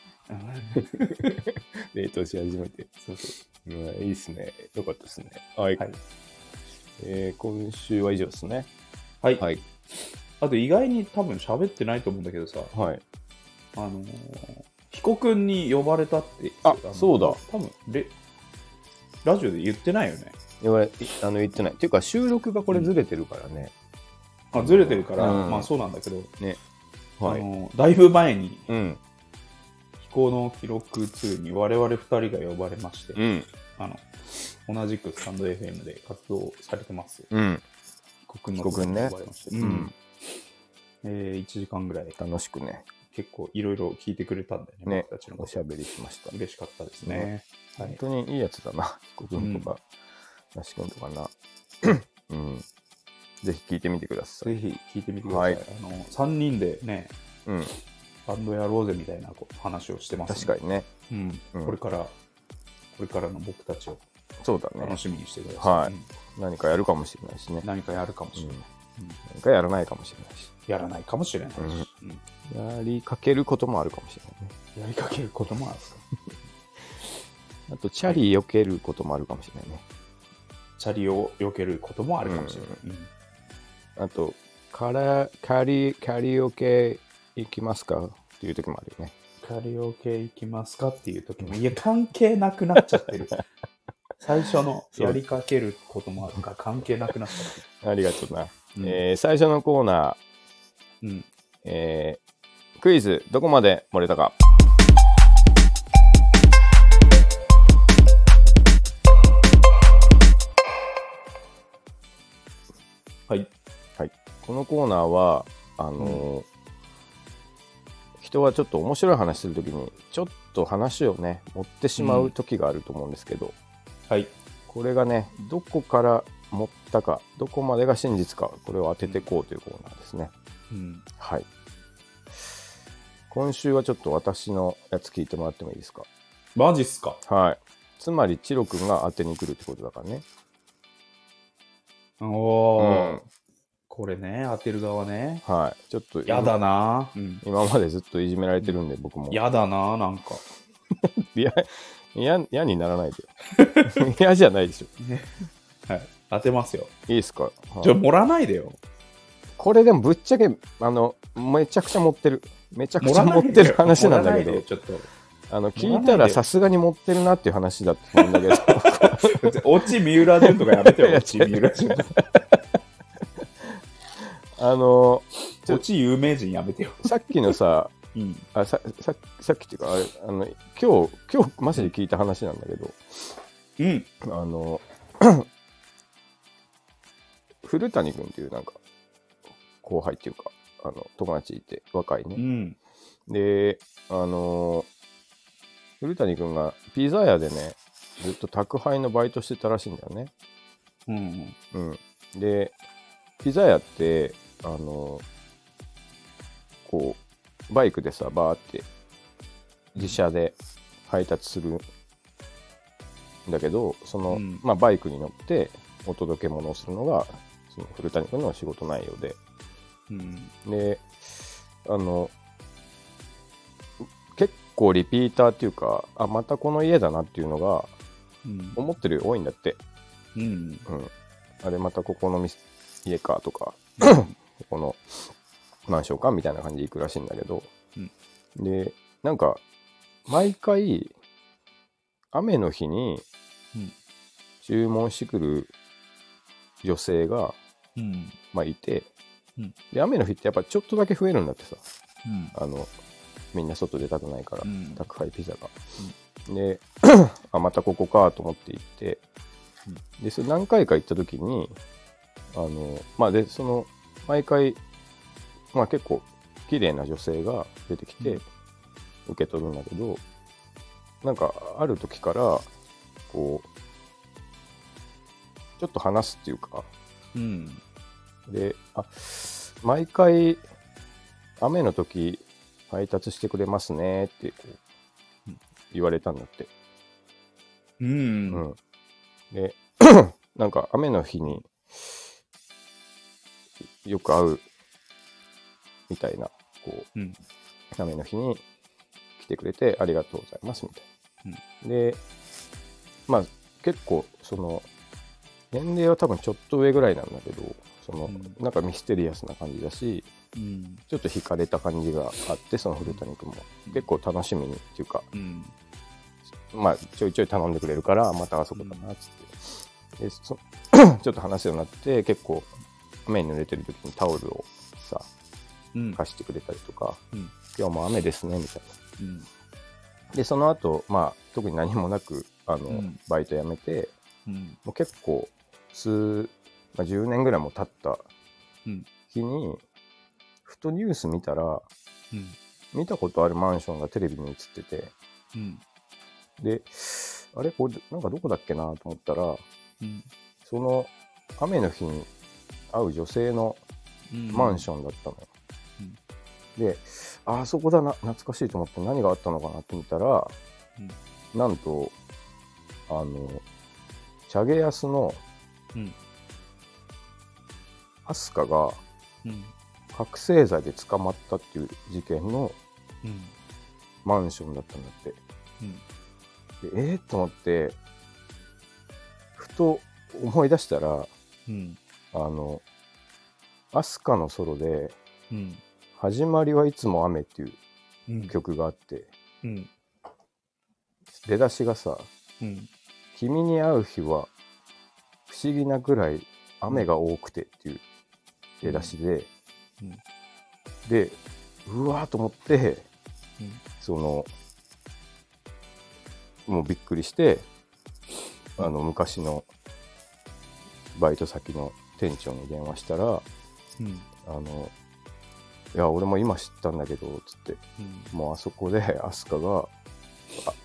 S1: 冷凍し始めて。
S2: そうそ
S1: うん、いいですね。よかったですね。はい。
S2: はい
S1: えー今週は以上ですね。
S2: うはい、
S1: はい。
S2: あと意外に多分喋ってないと思うんだけどさ、
S1: はい。
S2: あのー、彦君に呼ばれたって。
S1: あ
S2: の
S1: そうだ
S2: 多分レラジオで言ってないよね。
S1: 言われ、いあの、言ってない。っていうか、収録がこれずれてるからね。
S2: あずれてるから、
S1: うん
S2: まあそうなんだけど、
S1: は
S2: あ
S1: い。
S2: のーだいぶ前に
S1: うん。
S2: 飛行の記録2に我々2人が呼ばれまして、
S1: うん。
S2: あの同じくスタンド FM で活動されてます。
S1: うん。
S2: 被告の
S1: 被告ね
S2: 呼ばれまして
S1: う
S2: うんんえー1時間ぐらい
S1: 楽しくね、
S2: 結構いろいろ聞いてくれたんだよね
S1: ね
S2: 僕たちの
S1: お
S2: こ
S1: し
S2: と
S1: ゃべりしました。
S2: 嬉しかったですね、は
S1: 本
S2: い、
S1: 当にいいやつだな。彦君とか、なし君とか な。うん。ぜひ聞いてみてください。
S2: ぜひ聞いてみてください、
S1: はい
S2: あの3人でね
S1: うん。
S2: バンドやろうぜみたいなこう話をしてます
S1: 確かにね。
S2: に、うん
S1: うん
S2: これからこれからの僕たちを
S1: そうだね
S2: 楽。しみにしてください、
S1: はい
S2: うん
S1: 何かやるかもしれないしね。
S2: 何かやるかもし
S1: う
S2: れ
S1: ん
S2: ない、。
S1: 何かやらないかもしれないし。
S2: やらないかもしれないし、うん
S1: やりかけることもあるかもしれないね。
S2: やりかけることもあるんですか
S1: あと、チャリ避けることもあるかもしれないね。
S2: チャリを避けることもあるかもしれない、うん
S1: あと、から、カリ、カリオケ行きますかっていう時もあるよね。
S2: カリオケ行きますかっていう時も、いや、関係なくなっちゃって る。最初のやりかけることもあるから、関係なくなっちゃって
S1: ありがとうな。
S2: る。
S1: えー最初のコーナー、
S2: うん
S1: えークイズ、どこまで漏れたか。
S2: はい。
S1: このコーナーは、あのー人はちょっと面白い話するときに、ちょっと話をね、持ってしまう時があると思うんですけど、
S2: はい。
S1: これがね、どこから持ったか、どこまでが真実か、これを当てていこうというコーナーですね。
S2: うん
S1: はい。今週はちょっと私のやつ聞いてもらってもいいですか。
S2: マジっすか
S1: はい。つまり、チロ君が当てに来るってことだからね。
S2: お
S1: う
S2: お
S1: ん。
S2: これね、当てる側ね。
S1: はい。ちょっと、
S2: やだな。
S1: 今までずっといじめられてるんで、僕も。
S2: やだな、なんか。
S1: いや、嫌嫌にならないでよ。 嫌じゃないでしょ。
S2: はい。当てますよ。
S1: いいですか、はい
S2: じゃ、盛らないでよ。
S1: これでもぶっちゃけ、あの、めちゃくちゃ持ってる。めちゃく
S2: 盛
S1: ちゃ
S2: らな
S1: 持
S2: い
S1: って
S2: で
S1: る
S2: よ
S1: 話なんだけど
S2: 盛らないでよ。ちょっと。
S1: あの聞いたらさすがに持ってるなっていう話だと思うんだけ ど
S2: 落ち三浦潤とかやめて
S1: い
S2: よ、
S1: や
S2: 落ち三浦潤。
S1: あの
S2: 落ち有名人やめてよ。
S1: さっきのさ
S2: うん。
S1: あさささっきっていうかあれあの今日今日マジで聞いた話なんだけど
S2: うん。
S1: あの 古谷君っていうなんか後輩っていうかあの友達いて若いね、
S2: うん。
S1: で、あのー古谷君がピザ屋でね、ずっと宅配のバイトしてたらしいんだよね。
S2: うん。
S1: うん。で、ピザ屋って、あのーこう、バイクでさ、バーって、自社で配達するんだけど、その、
S2: うん
S1: まあ、バイクに乗ってお届け物をするのが、その古谷君の仕事内容で、
S2: うん。
S1: であの結構リピーターっていうかあまたこの家だなっていうのが
S2: うん。
S1: 思ってるより多いんだって、
S2: うん。
S1: うん、あれまたここの店家かと かここのマンションかみたいな感じで行くらしいんだけど、
S2: うん
S1: でなんか毎回雨の日に
S2: うん
S1: 注文してくる女性が、
S2: うん。
S1: まあ、いて、
S2: うん
S1: で雨の日ってやっぱちょっとだけ増えるんだってさ
S2: うん。
S1: あの、みんな外出たくないから
S2: う、ん
S1: 宅配ピザが。で、 あ、またここかと思って行って、で、それ何回か行った時に、あの、まあ、で、その、毎回、まあ結構、綺麗な女性が出てき
S2: う
S1: て
S2: ん、
S1: 受け取るんだけど、なんか、ある時から、こう、ちょっと話すっていうか、
S2: うん。
S1: で、あ、毎回、雨の時、配達してくれますねってこう
S2: うん
S1: 言われたんだって。う
S2: う。
S1: んん。で、 なんか雨の日によく会うみたいな、こう、
S2: うん
S1: 雨の日に来てくれてありがとうございますみたいな。で、まあ結構、その、年齢は多分ちょっと上ぐらいなんだけど、その、
S2: うん
S1: なんかミステリアスな感じだし、
S2: うん。
S1: ちょっと惹かれた感じがあって、その古谷君も
S2: うん
S1: 結構楽しみにっていうか、
S2: うん。
S1: まあ、ちょいちょい頼んでくれるから、またあそこだなっつって。でそ ちょっと話すようになって、結構、雨に濡れてる時にタオルをさ、
S2: うん。
S1: 貸してくれたりとか、
S2: うん
S1: 今日も雨ですね、みたい
S2: うん。
S1: な。で、その後、まあ、特に何もなく、あの、
S2: うん
S1: バイト辞めて、
S2: うん。
S1: もう結構、数、まあ、10年ぐらいも経った
S2: うん
S1: 日に、ふとニュース見たら、
S2: うん。
S1: 見たことあるマンションがテレビに映ってて、
S2: うん。
S1: で、あれこれ、なんかどこだっけなと思ったら、
S2: うん。
S1: その雨の日に会う女性の
S2: うん。
S1: マンションだったのよ。
S2: うん
S1: で、ああそこだな、懐かしいと思って何があったのかなって見たら、なんと、あの、チャゲヤスの
S2: うん
S1: アスカが
S2: うん。
S1: 覚醒剤で捕まったっていう事件の
S2: うん。
S1: マンションだったんだって。
S2: うん。
S1: でえー、と思ってふと思い出したら
S2: うん。
S1: あの「アスカのソロで
S2: うん。
S1: 「始まりはいつも雨」っていう
S2: うん。
S1: 曲があって
S2: うん。
S1: 出だしがさ
S2: うん。
S1: 「君に会う日は不思議なくらい雨が多くて」っていう出だしで、
S2: うんうん
S1: でうわーと思って
S2: うん。
S1: そのもうびっくりしてあの昔のバイト先の店長に電話したら
S2: うん。
S1: 「あのいや俺も今知ったんだけど」つって
S2: うん。
S1: もうあそこで アスカが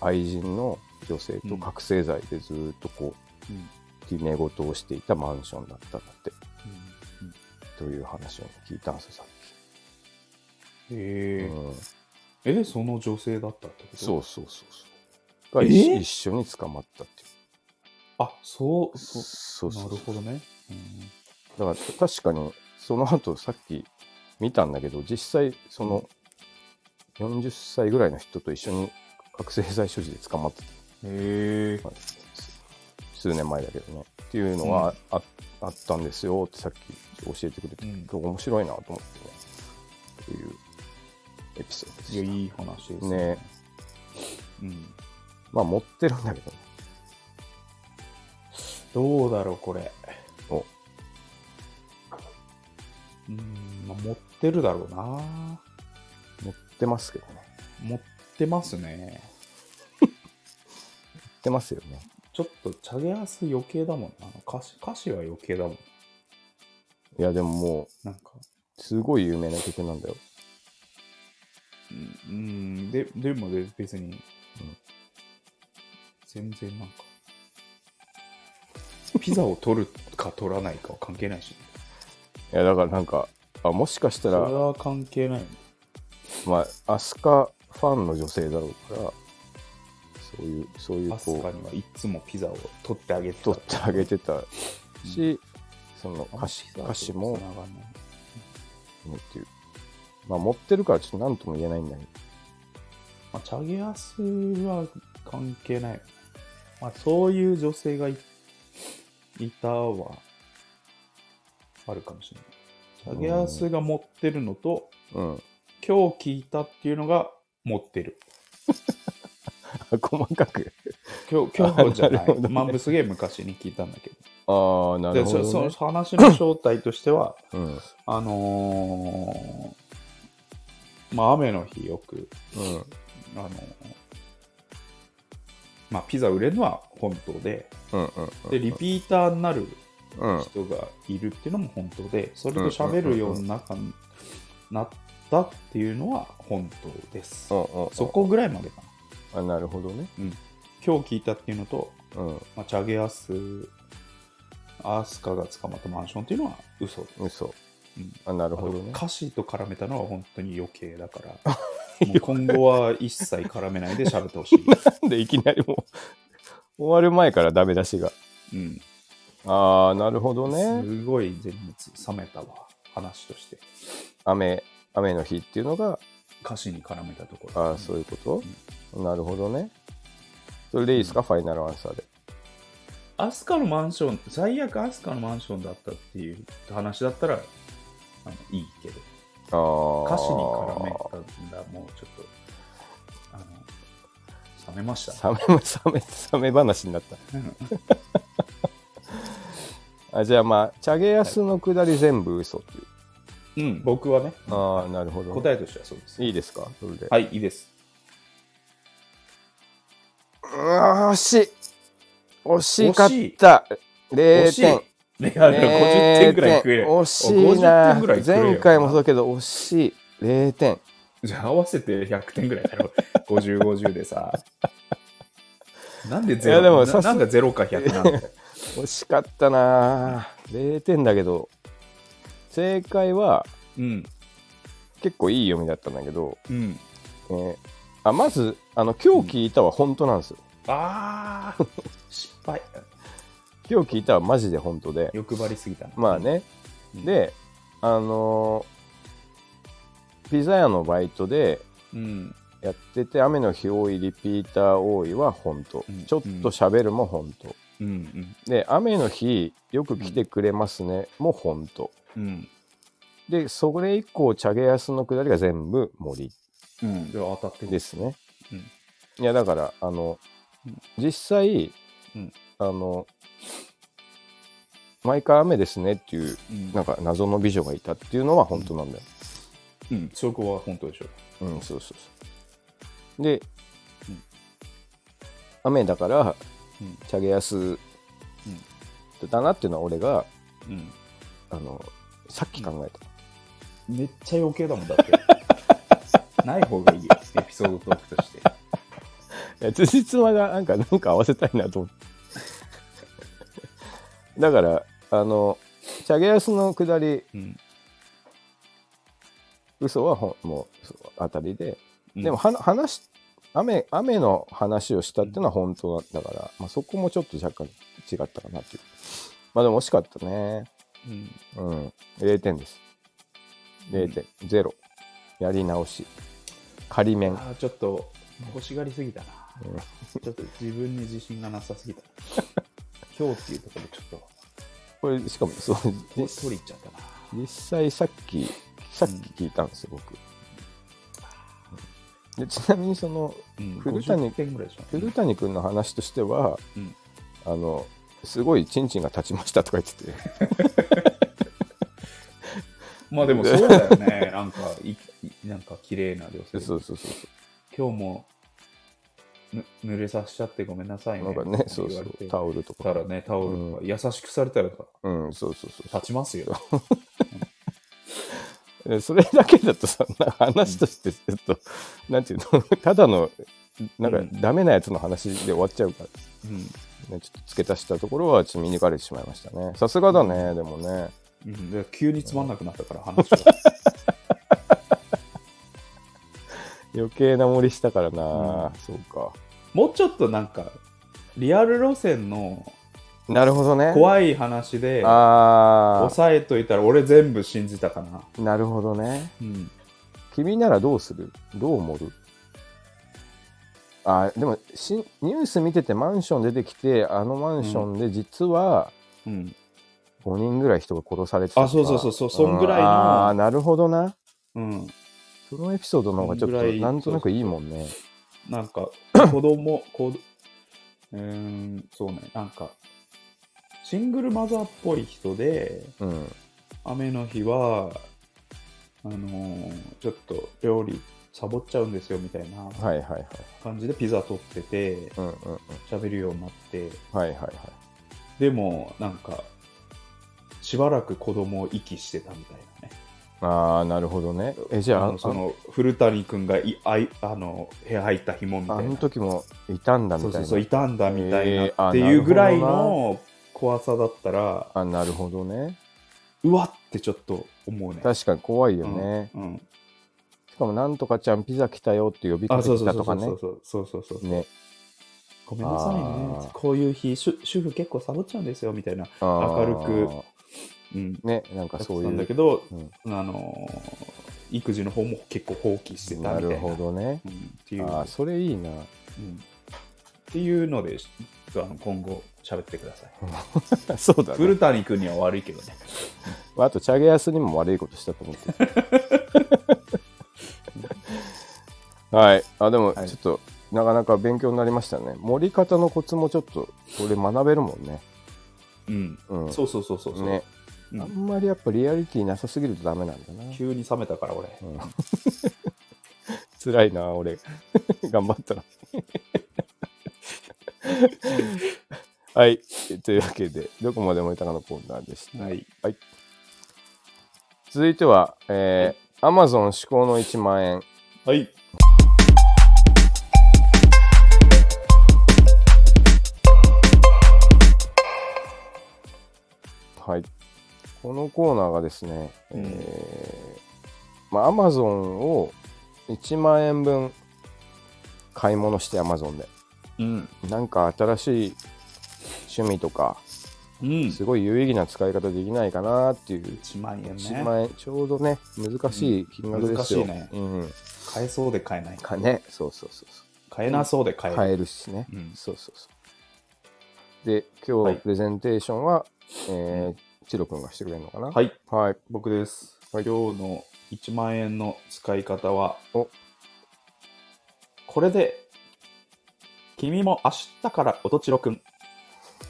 S1: あ愛人の女性と覚醒剤でずーっとこう、
S2: うん
S1: 決め事をしていたマンションだったんだって
S2: うん。
S1: という話を聞いたんですよさっき、
S2: え
S1: うん
S2: ええその女性だったってこと
S1: そうそうそうそうが、一
S2: えー
S1: 一緒に捕まったっていう
S2: あそうそう
S1: そうそう
S2: なるほどねうん
S1: だから確かにその後さっき見たんだけど実際その40歳ぐらいの人と一緒に覚醒剤所持で捕まって
S2: へえ
S1: た数年前だけどねっていうのはあ,、あったんですよってさっき教えてくれて、
S2: うん
S1: 面白いなと思ってねというエピソードで
S2: いや
S1: した
S2: いい話です
S1: ね
S2: うん。
S1: まあ持ってるんだけどね。
S2: どうだろう、これ。
S1: お
S2: うーん、まあ、持ってるだろうな。
S1: 持ってますけどね。
S2: 持ってますね。
S1: 持ってますよね。
S2: ちょっと、チャゲアス余計だもんな。歌詞、歌詞は余計だもん。
S1: いやでもも
S2: なんか、
S1: う、すごい有名な曲なんだよ。
S2: うんうん、で、でもで別に、全然なんか、ピザを取るか取らないかは関係ないし、
S1: いやだからなんか、あもしかした
S2: それ
S1: ら、
S2: は関係ないよね。
S1: まあ、アスカファンの女性だろうから、そういう、そういう
S2: アスカ
S1: こ
S2: にはいつもピザを取ってあげて
S1: う、
S2: た
S1: 取ってあげてたし、その歌詞歌詞も、
S2: 繋がんない
S1: うんっていう。まあ持ってるからちょっと何とも言えないんだけど、
S2: まあ、チャゲアスは関係ないよね。まあ、そういう女性がいいたは、あるかもしれない。チャゲアスが持ってるのと、
S1: うん。
S2: 今日聞いたっていうのが持ってる。
S1: 細かく。
S2: 今日、今日じゃな
S1: あなる
S2: い。
S1: ほどね
S2: まあ、すげえ昔に聞いたんだけど。
S1: ああ、なる
S2: で
S1: ほど、
S2: そ
S1: ね。
S2: その話の正体としては、
S1: うん。うん。
S2: あのーまあ、雨の日よく、あのーまあ、ピザ売れるのは本当で、
S1: うんうんうん。
S2: で、リピーターになる
S1: うん。
S2: 人がいるっていうのも本当で、それと喋るようになったなったっていうのは本当です
S1: う。んうんうん
S2: そこぐらいまでかな。
S1: あなるほどね。
S2: 今日聞いたっていうのと、
S1: うん。
S2: まあ、チャゲアス、アースカが捕まったマンションっていうのは嘘です。
S1: 嘘。
S2: うん
S1: あなる
S2: あ
S1: ほ
S2: と
S1: どね。
S2: 歌詞と絡めたのは本当に余計 だから、もう今後は一切絡めないで喋ってほし い。
S1: なんでいきなりもう 、終わる前からダメ出しが。
S2: うん、
S1: ああ、なるほどね。
S2: すごい全滅冷めたわ、話として。
S1: 雨、雨の日っていうのが、
S2: 歌詞に絡めたところ。
S1: ああ、そういうこと、なるほどね。それでいいですか、ファイナルアンサーで。
S2: アスカのマンション、最悪アスカのマンションだったっていう話だったら、あのいいけど、
S1: ああ。
S2: 歌詞に絡めたらもうちょっと、あの、冷めました。
S1: サメ、サメ、サメ話になった。あじゃあまあ、チャゲヤスのくだり全部嘘っていう。
S2: うん、僕はね、
S1: ああ、なるほど。
S2: 答えとしてはそうです。
S1: いいですかそれで。
S2: はい、いいです。
S1: うわー惜しい。惜しかった。0
S2: 惜しい。
S1: 点。
S2: ね、あれ、50点ぐらい食え
S1: 0
S2: る。
S1: 点惜しいな
S2: 50点ぐらい食えるよ
S1: 前回もそうだけど、惜しい。0点。
S2: じゃあ合わせて100点ぐらいだろ。50、50で さ。なんで
S1: いや
S2: 0
S1: でも
S2: な
S1: さす
S2: なんでゼロか100なんだよ。
S1: 惜しかったな0点だけど、正解は
S2: うん。
S1: 結構いい読みだったんだけど、
S2: うん。
S1: えーあまず、あの、今日聞いたは本当なんですよ。
S2: ああ失敗。
S1: 今日聞いたはマジで本当で。
S2: 欲張りすぎたな。
S1: まあね。
S2: うん
S1: で、あのーピザ屋のバイトで
S2: うん。
S1: やってて、雨の日多い、リピーター多いは本当。
S2: うん
S1: ちょっと喋るも本当。
S2: うん。うん。
S1: で、雨の日よく来てくれますね、も本当。
S2: うん。
S1: で、それ以降、チャゲ安のくだりが全部森
S2: うん。では当たってる
S1: ですね。
S2: うん
S1: いや、だから、あの
S2: うん、
S1: 実際、
S2: うん
S1: あの、毎回雨ですねっていう、
S2: うん
S1: なんか謎の美女がいたっていうのは本当なんだよ。
S2: うん。そこは本当でしょ。
S1: うん、そうそうそう。で、
S2: うん
S1: 雨だから、
S2: うん
S1: チャゲアスだなっていうのは俺が、
S2: うん。
S1: あの、さっき考えた。
S2: めっちゃ余計だもんだって。 ない方がいいよ。エピソードトークとして。
S1: いや、辻褄がなんか、なんか合わせたいなと思って。 だから、あの、チャゲアスの下り、
S2: うん。
S1: 嘘はほんもうそう当たりで、
S2: うん
S1: でも、はな話、雨、雨の話をしたっていうのは本当だから、まあ、そこもちょっと若干違ったかなっていう。まあでも惜しかったね。
S2: うん。
S1: うん、0点です。0点、ゼロ。やり直し。仮免。
S2: ああ、ちょっと欲しがりすぎたな。
S1: うん
S2: ちょっと自分に自信がなさすぎたな。今日っていうところでちょっ
S1: これ、しかも、そう、
S2: と
S1: 実
S2: 取り入っちゃったな。
S1: 実際さっき、さっき聞いたんですよ、僕。でちなみにその
S2: うん
S1: 古谷
S2: 50点ぐらいでしょ。
S1: 古谷君の話としては、
S2: うん
S1: あのすごいチンチンが立ちましたとか言って て
S2: まあでもそうだよね。なんか、いいなんか綺麗な女性。
S1: そうそうそう
S2: 今日もぬ濡れさせちゃってごめんなさいね。
S1: なんかねそう
S2: 言
S1: そ
S2: われて
S1: うタオルと
S2: た
S1: から
S2: ね、タオルとか優しくされたらさ
S1: うんそうそうそう
S2: 立ちますよ。
S1: えそれだけだとさな話としてちょっと、なんていうの ただのなん
S2: う
S1: か
S2: ん
S1: ダメなやつの話で終わっちゃうから、
S2: うん
S1: ね、ちょっと付け足したところはちょっと見抜かれてしまいましたねさすがだねでもね
S2: うん、で急につまんなくなったから話が。
S1: 余計な盛りしたからな、
S2: うん
S1: そうか
S2: もうちょっとなんか、リアル路線の
S1: なるほどね
S2: 怖い話で、
S1: あ
S2: 抑えといたら俺全部信じたかな。
S1: あなるほどね
S2: うん。
S1: 君ならどうするどう盛るあーでもしニュース見ててマンション出てきてあのマンションで実は
S2: うん。
S1: 5人ぐらい人が殺されてたとか
S2: あそうそうそうそうそんぐらい
S1: う
S2: の
S1: んああなるほどな
S2: うん。
S1: そのエピソードの方がちょっ
S2: そんぐ
S1: と
S2: らい
S1: なんとなくいいもんね
S2: なんか、子供、子ど、うーん、そうね、なんか、シングルマザーっぽい人で、
S1: うん
S2: 雨の日は、あのーちょっと料理サボっちゃうんですよみたいな
S1: はいはいはい
S2: 感じでピザ取ってて、
S1: うんうんうん
S2: 喋るようになって、
S1: はいはいはい
S2: でも、なんか、しばらく子供を遺棄してたみたいなね。
S1: ああなるほどねえじゃあ
S2: あ
S1: あ
S2: のその古谷君がいあいあの部屋入った紐み
S1: あ
S2: た
S1: あ
S2: いな
S1: の時もいたんだみ
S2: そう
S1: た
S2: そ
S1: いうな
S2: そういたんだみたいな
S1: えーあ
S2: っていうぐらい
S1: なる
S2: の怖さだったら
S1: あなるほどね
S2: うわってちょっと思うね
S1: 確かに怖いよね、
S2: うんうん
S1: しかもなんとかちゃんピザ来たよって呼びか
S2: あ
S1: け
S2: そう
S1: て
S2: そ
S1: き
S2: う
S1: た
S2: そう
S1: と
S2: そ
S1: か
S2: うそ
S1: ね
S2: うそうそうそう
S1: ね
S2: ごめんなさい
S1: あ
S2: ね
S1: ー
S2: こういう日主主婦結構サボっちゃうんですよみたいな、
S1: あー
S2: 明るうん、
S1: ねなんか
S2: やってた
S1: そうい
S2: んだ
S1: う
S2: けど、
S1: うん
S2: あのー育児の方も結構放棄してたみた
S1: ない
S2: な
S1: るほどね
S2: うん、っていう、
S1: ああそれいいな
S2: うんっていうのであの今後喋ってくださ い
S1: そうだね
S2: 古谷君には悪いけどね
S1: まあ、あと、チャゲヤスにも悪いことしたと思ってる はい。あ、でも、ちょ
S2: はい
S1: っと、なかなか勉強になりましたね。盛り方のコツもちょっと、これ学べるもんね。
S2: うん
S1: うん。
S2: そうそうそうそうそう、
S1: ね。
S2: うん
S1: あんまりやっぱリアリティなさすぎるとダメなんだな。
S2: 急に冷めたから俺
S1: うん、 辛いな、俺。 頑張 ったら。はい。というわけで、どこまでも豊かのコーナーでした。
S2: はい
S1: 続いては、えー、Amazon 至高の1万円。
S2: はい
S1: はい。このコーナーがですね、
S2: うん
S1: えーまあ、Amazon を1万円分買い物して Amazon で。
S2: うん
S1: なんか新しい趣味とか、
S2: うん
S1: すごい有意義な使い方できないかなっていう。
S2: 1万円
S1: 1
S2: ね
S1: 万円、ちょうどね、難しい金額ですよ。
S2: うん難しい
S1: う
S2: ね
S1: ん。
S2: 買えそうで買えない
S1: かね、そうそうそうそう。
S2: 買えなそうで買える、
S1: 買えるしね、
S2: うん
S1: そうそうそうで今
S2: は
S1: 日
S2: い
S1: プレゼンテーションは、えー、チロ君がしてくれるのかな、
S2: はいい
S1: はい、
S2: 僕です、今日の1万円の使い方は
S1: お
S2: これで君も明日からおとちろくん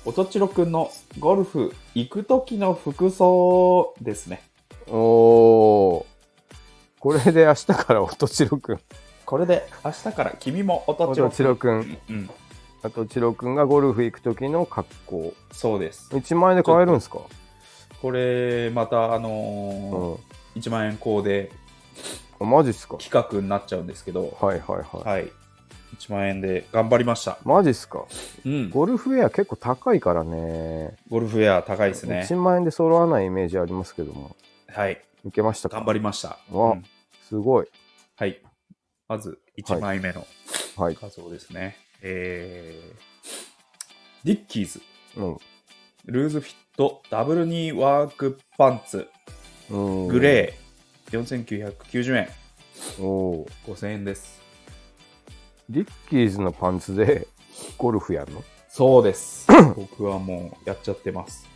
S2: おとちろくんのゴルフ行く時の服装ですね
S1: おおこれで明日から音チロ君
S2: これで明日から君もおとちろ
S1: 音
S2: く
S1: チ
S2: ん、
S1: ロ君
S2: うん、
S1: あとチロ君がゴルフ行く時の格好
S2: そうです
S1: 1万円で買えるんですか
S2: これまたあの
S1: う
S2: ー
S1: ん
S2: 1万円項で
S1: あマジっすか
S2: 企画になっちゃうんですけど、
S1: はいはいはい、
S2: はい、1万円で頑張りました、
S1: マジっすか
S2: うん、
S1: ゴルフウェア結構高いからね
S2: ゴルフウェア高いですね
S1: 1、万円で揃わないイメージありますけども
S2: はい、
S1: いけました
S2: 頑
S1: か
S2: 張りました、
S1: わ
S2: うん
S1: すごい
S2: はい、まず1枚目の
S1: はい、
S2: 画像ですね、えーディッキーズ
S1: うん
S2: ルーズフィットダブルニーワークパンツ
S1: うん、
S2: グレー、4990円
S1: ーおー
S2: 5000円です
S1: リッキーズのパンツで ゴルフやんの
S2: そうです 僕はもうやっちゃってます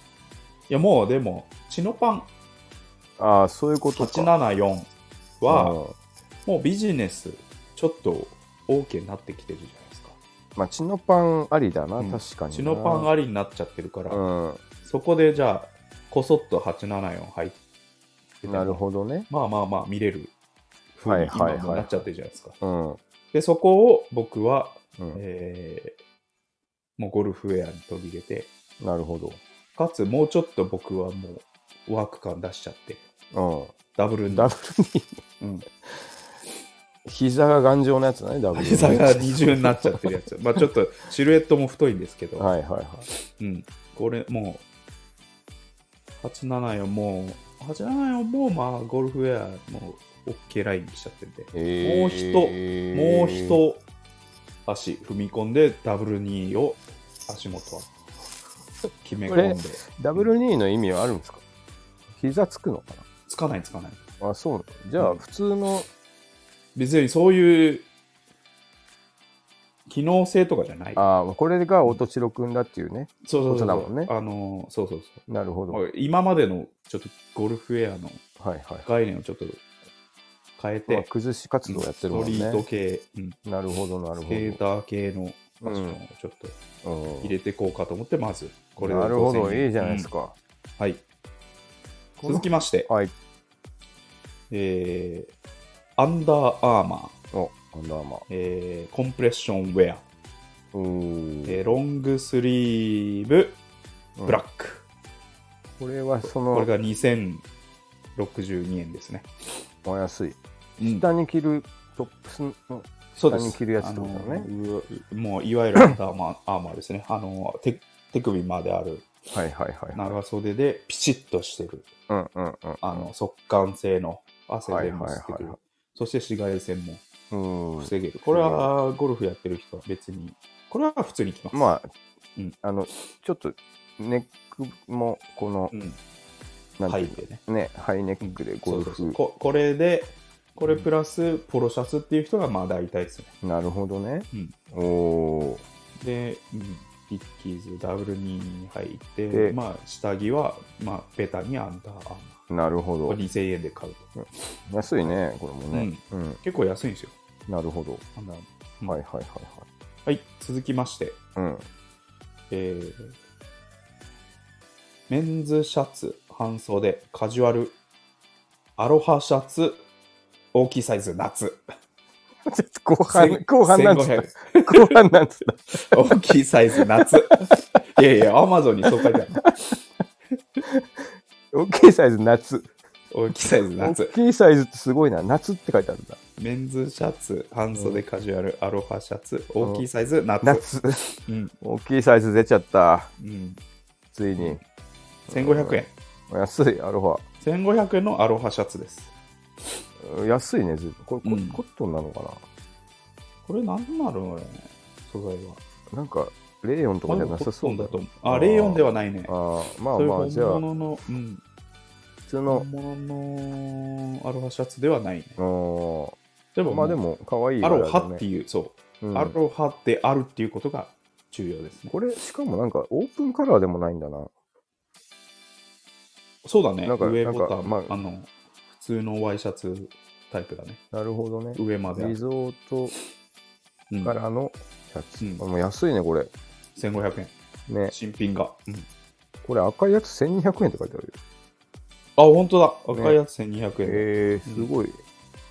S2: いやもうでもチノパン
S1: ああ、そういうことか。
S2: 874は、もうビジネス、ちちょっと OK になってきてるじゃないですか。
S1: まあ、チノパンありだな、
S2: うん
S1: 確かにな。
S2: チノパン
S1: あ
S2: ありになっちゃってるから、
S1: う
S2: そこでじゃあ、こそっと874入ってて
S1: ん。
S2: も
S1: なるほどね。
S2: まあまあまあ見れる
S1: はい
S2: 風に
S1: はいはい
S2: 今もうなっちゃってるじゃないですか。
S1: うん。う
S2: で、そこを僕は、
S1: ん。
S2: えーもうゴルフウェアに取り入れて、
S1: なるほど。
S2: かつもうちょっと僕はもうワーク感出しちゃって、
S1: うん。
S2: ダブルに
S1: ダブル
S2: うん
S1: に膝が頑丈なやつだね、ダブルに
S2: 膝が二重になっちゃってる やつ。まあちょっとシルエットも太いんですけど、
S1: はいはいはい。
S2: うん、これもう、874もう、874もまあゴルフウェアの OK ラインにしちゃってて、もう一も
S1: も
S2: う
S1: う
S2: 一足踏み込んでダブル2を足元は決め込んで、
S1: ダブルニーの意味はあるんですか膝つくのか
S2: つかないつかない。
S1: なあ、そうなのじゃ
S2: う
S1: あ、
S2: ん
S1: 普通の、
S2: 別にそういう機能性とかじゃない。
S1: ああ、これが音千代くんだっていうね。
S2: そうそうそう
S1: ことだもんね
S2: あのそうそうそ
S1: なるほ
S2: う。
S1: ど。はい
S2: 今までのちょっとゴルフウェアの
S1: はい。
S2: 概念をちょっと変えて、
S1: まあ崩し活動やってるもん
S2: ストリート
S1: ね。
S2: 系、うん、
S1: なるほど、なる
S2: スケーター系のファッションをちょっと
S1: ほど。
S2: 入れていこうかと思って、まず
S1: こ
S2: これ
S1: れ
S2: で
S1: なるほ
S2: 5000
S1: ど、
S2: 円
S1: いいじゃないですか。
S2: うんはい。
S1: この
S2: 続きまして、
S1: はい。
S2: えーアンダーアーマー、
S1: お、アンダーマー。
S2: えーコンプレッションウェア、
S1: うーん
S2: えーロングスリーブ、ブラック。
S1: これはそ
S2: これ
S1: の
S2: が2062円ですね。
S1: お安い
S2: うん
S1: 下に着るトップスの
S2: そう
S1: 下
S2: で
S1: に
S2: す。
S1: 着るやつってことだね
S2: あのうもういわゆるアンダーマーアーマーですね。あの手手首まである
S1: はいはいはいはい
S2: 長袖でピチッとしてる、
S1: うんうんうん
S2: あの速乾性の汗でもしてく
S1: はいはいはい
S2: る
S1: はい。
S2: そして紫外線も
S1: うん
S2: 防げる。これはゴルフやってる人は別に、これは普通に着ます。
S1: まあ、
S2: うん
S1: あのちょっとネックもこの
S2: う、ん、
S1: なんて
S2: 履
S1: い
S2: いうてね。
S1: のねハイネックでゴル
S2: そ
S1: フ
S2: うそうそうここれで、これプラスポロシャツっていう人がまあ大体ですね。
S1: なるほどね
S2: うん
S1: おー
S2: で、うん、ピッキーズダブル2に入って、
S1: で
S2: まあ下着は、まあベタにアンダーアーマー。
S1: なるほ
S2: こ
S1: ど
S2: れ2000円で買うと。
S1: 安いねこれもねうん、
S2: 結構安いんですよ。
S1: なるほど
S2: アンダーアーマうん
S1: はいはいはい
S2: ーはい、続きまして、
S1: はいうん
S2: えーメンズシャツ、半袖、カジュアル、アロハシャツ、大きいサイ ズ、夏。
S1: ちょっと後半後半なんつった
S2: 1500
S1: 後半なんつった
S2: 大きいサイ ズ、夏。いやいや、アマゾンにそう書いてある。
S1: 大きいサイズ夏
S2: 大きいサイズ、
S1: 大
S2: 夏。
S1: きいサイズってすごいな夏って書いてあるんだ
S2: メンズシャツ、半袖、カジュアル、アロハシャツ、大きいサイズ、夏。
S1: 夏
S2: うん
S1: 大きいサイズ出ちゃった
S2: うん、
S1: ついに
S2: 1500円。
S1: 安いアロ
S2: 1500円のアロハシャツです。
S1: ハ安いねずいぶんこれ、こ
S2: うん
S1: コットンなのか
S2: これ何なるのよね、素材は。
S1: ななんかレーヨンとかじゃなさそう
S2: だ
S1: だ
S2: と思う。あ、レイヨンではないね。
S1: ああまあ
S2: そういう
S1: まあじゃあ
S2: 本物の、うん、
S1: 普通
S2: 本
S1: の
S2: 物のアロハシャツではないね。で
S1: う
S2: も、
S1: んまあでも可愛い
S2: ア
S1: 柄だね
S2: ロハっていう、そう、
S1: うん
S2: アロハであるっていうことが重要ですね。
S1: これしかもなんかオープンカラーでもないんだな
S2: そうだね、
S1: なんか
S2: 上ボ
S1: な
S2: タ
S1: ん
S2: ン、
S1: かまあ
S2: あ、の、普通のワイシャツタイプだね。
S1: なるほどね
S2: 上まであ
S1: リ
S2: る。
S1: ゾート
S2: うん
S1: カラーのシャツ、
S2: うん
S1: あもう安いねこれ
S2: 1500円、
S1: ね
S2: 新品が。うん
S1: これ赤いやつ1200円って書いてあるよ
S2: あ、本当だ、赤いやつ1200円。
S1: えー、すごい、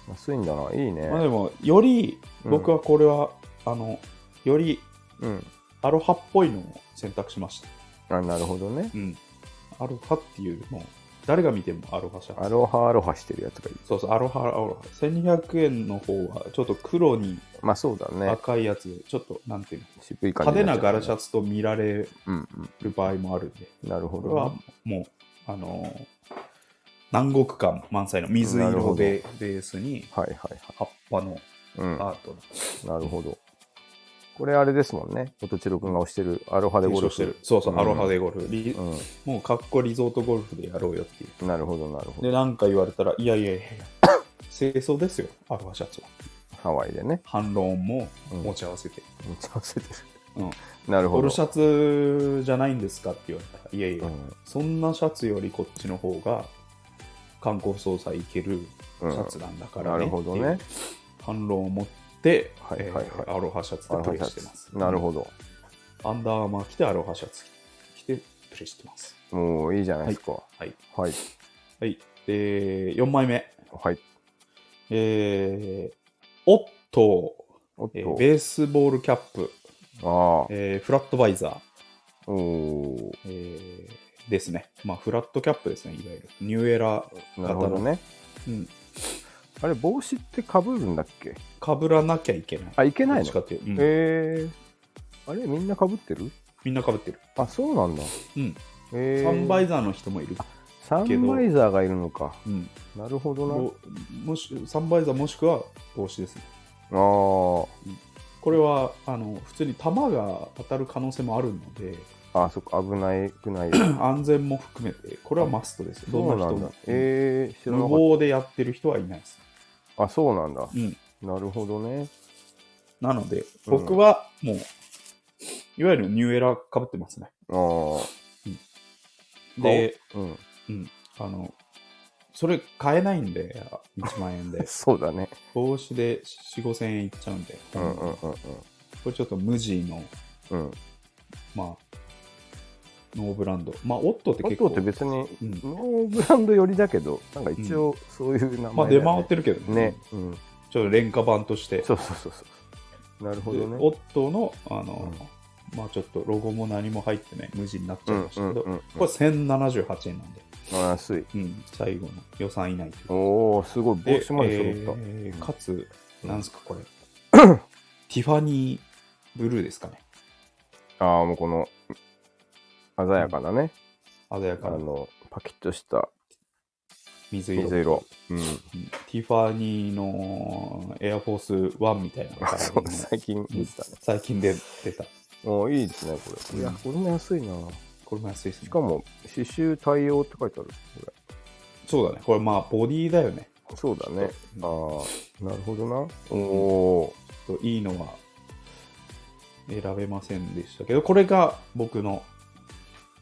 S1: 安いんだないいね、
S2: まあでも、より僕はこれは、あの、より
S1: うん
S2: アロハっぽいのを選択しました。
S1: あなるほどね
S2: うん。アロハっていう、もう、誰が見てもアロハシャ
S1: ア
S2: ツ。
S1: ロハアロハしてるやつがいい
S2: そうそう、アロハ、アロハ。1200円の方は、ちょっと黒に
S1: まあそうだね
S2: 赤いやつで、ちょっと、なんていうの、
S1: 渋い感じ
S2: 派手
S1: にっ
S2: な
S1: ちゃうね
S2: 柄シャツと見られ
S1: うん
S2: る場合もあるんで、
S1: うんなるほ
S2: これ
S1: ど
S2: は
S1: ね
S2: もう、あのー南国感満載の水
S1: なるほ
S2: 色
S1: ど
S2: でベースに、
S1: はいはいはい
S2: 葉っぱの
S1: うん
S2: アートの
S1: なるほどこれあれですもんね音千代くんが推してるアロハで
S2: 提
S1: ゴル
S2: 唱
S1: フ
S2: してる。そうそう、
S1: うん
S2: アロハでゴルフ。リ
S1: う
S2: もう、かっこリゾートゴルフでやろうよっていう。
S1: んなるほどなるほ
S2: で、
S1: ど
S2: なんか言われたら、いやいやい やいや、清掃ですよ、アロハシャツは。
S1: ハワイでね
S2: 反論も
S1: うん
S2: 持ち合わせて。
S1: 持ち合わせて
S2: うん。
S1: る なるほ
S2: ポル
S1: ど
S2: シャツじゃないんですかって言われたら、いやいや、
S1: うん
S2: そんなシャツよりこっちの方が観光総裁行けるシ
S1: うん
S2: ャツなんだからね。
S1: なるほどね。
S2: 反論を持って、
S1: はい
S2: えー
S1: はいはい
S2: アロハシャツ
S1: ア
S2: で
S1: ロ
S2: プ
S1: ハシ
S2: レイ
S1: ャ
S2: して
S1: ツ
S2: ます。
S1: なるほど。
S2: ど。アンダーアーマー着てアロハシャツ着てプレイしてます。
S1: もういいじゃないですか。
S2: はい。
S1: はい。
S2: はい。で、4枚目。
S1: はい。
S2: えー、オット
S1: おっ
S2: ー、えー
S1: と。
S2: ベースボールキャップ、
S1: ああ。
S2: えーフラットバイザー、
S1: おお
S2: えーですね。まあ、フラットキャップですね、いわゆる。ニューエラ
S1: ー。なるほどね。
S2: うん、
S1: あれ、帽子ってかぶるんだっけ
S2: かぶらなきゃいけない。
S1: あ、いけない
S2: どっち
S1: の
S2: かっていううん
S1: えー、あれみんなかぶってる
S2: みんなかぶってる。
S1: あそうなんだ、
S2: うん。
S1: えー、
S2: サンバイザーの人もいる。
S1: サンバイザーがいるのか
S2: うん。
S1: なるほどな
S2: ぼもしサンバイザーもしくは帽子ですね。
S1: あー
S2: これは、あの、普通に弾が当たる可能性もあるので、
S1: あそっか危ないくない
S2: 安全も含めて、これはマストです。どんな
S1: そ
S2: 人
S1: うな
S2: も
S1: だ。えー、知らな
S2: 無
S1: かっ
S2: 謀でやってる人はいないです。
S1: たあそうなんだ
S2: うん。
S1: なるほどね
S2: なので、
S1: うん
S2: 僕はもう、いわゆるニューエラーかぶってますね。
S1: あー
S2: で、
S1: うん。
S2: あの、それ買えないんで、1万円 で
S1: そうだね
S2: 帽子で4、5千円いっちゃうんで、
S1: うんうん
S2: こ
S1: うん
S2: れちょっと無地の、
S1: うんうん
S2: まあ、ノーブランド。まあ、オットって
S1: あ
S2: 結
S1: と
S2: 構、
S1: って別に
S2: うん、
S1: ノーブランド寄りだけどなんか一応そういう名前だよね、
S2: まあ出回ってるけどね。
S1: ね、うん、
S2: ちょっと廉価版として。
S1: そうそうそうそうなるほど
S2: で
S1: ね
S2: オットの、あの、まあちょっとロゴも何も入ってない無地になっちゃいましたけど、
S1: うんうんうんうん
S2: これ1078円なんで、
S1: あ安い
S2: うん、最後の予算以内という
S1: おおすごい帽子まで
S2: で
S1: 揃った、
S2: えー
S1: うん
S2: かつ、なんですか、これ。 ティファニーブルーですかね。
S1: ああもうこの鮮やかなね、
S2: 鮮やか
S1: あ
S2: な
S1: のパキッとした
S2: 水色。
S1: 水色、うん
S2: うんティファニーのエアフォース1みたいな
S1: あ
S2: 感 じ
S1: そ
S2: の
S1: う最近
S2: う
S1: で
S2: ん
S1: したね、
S2: 最近で出た。
S1: おーいいですねこれいや
S2: うん
S1: これも安いな
S2: これも安いですね
S1: し。かも刺繍対応って書いてあるこ
S2: そうだね。これまあボディだよね。
S1: れそうだね
S2: ち
S1: ああなるほどなおお
S2: ょっといいのは選べませんでしたけど、これが僕の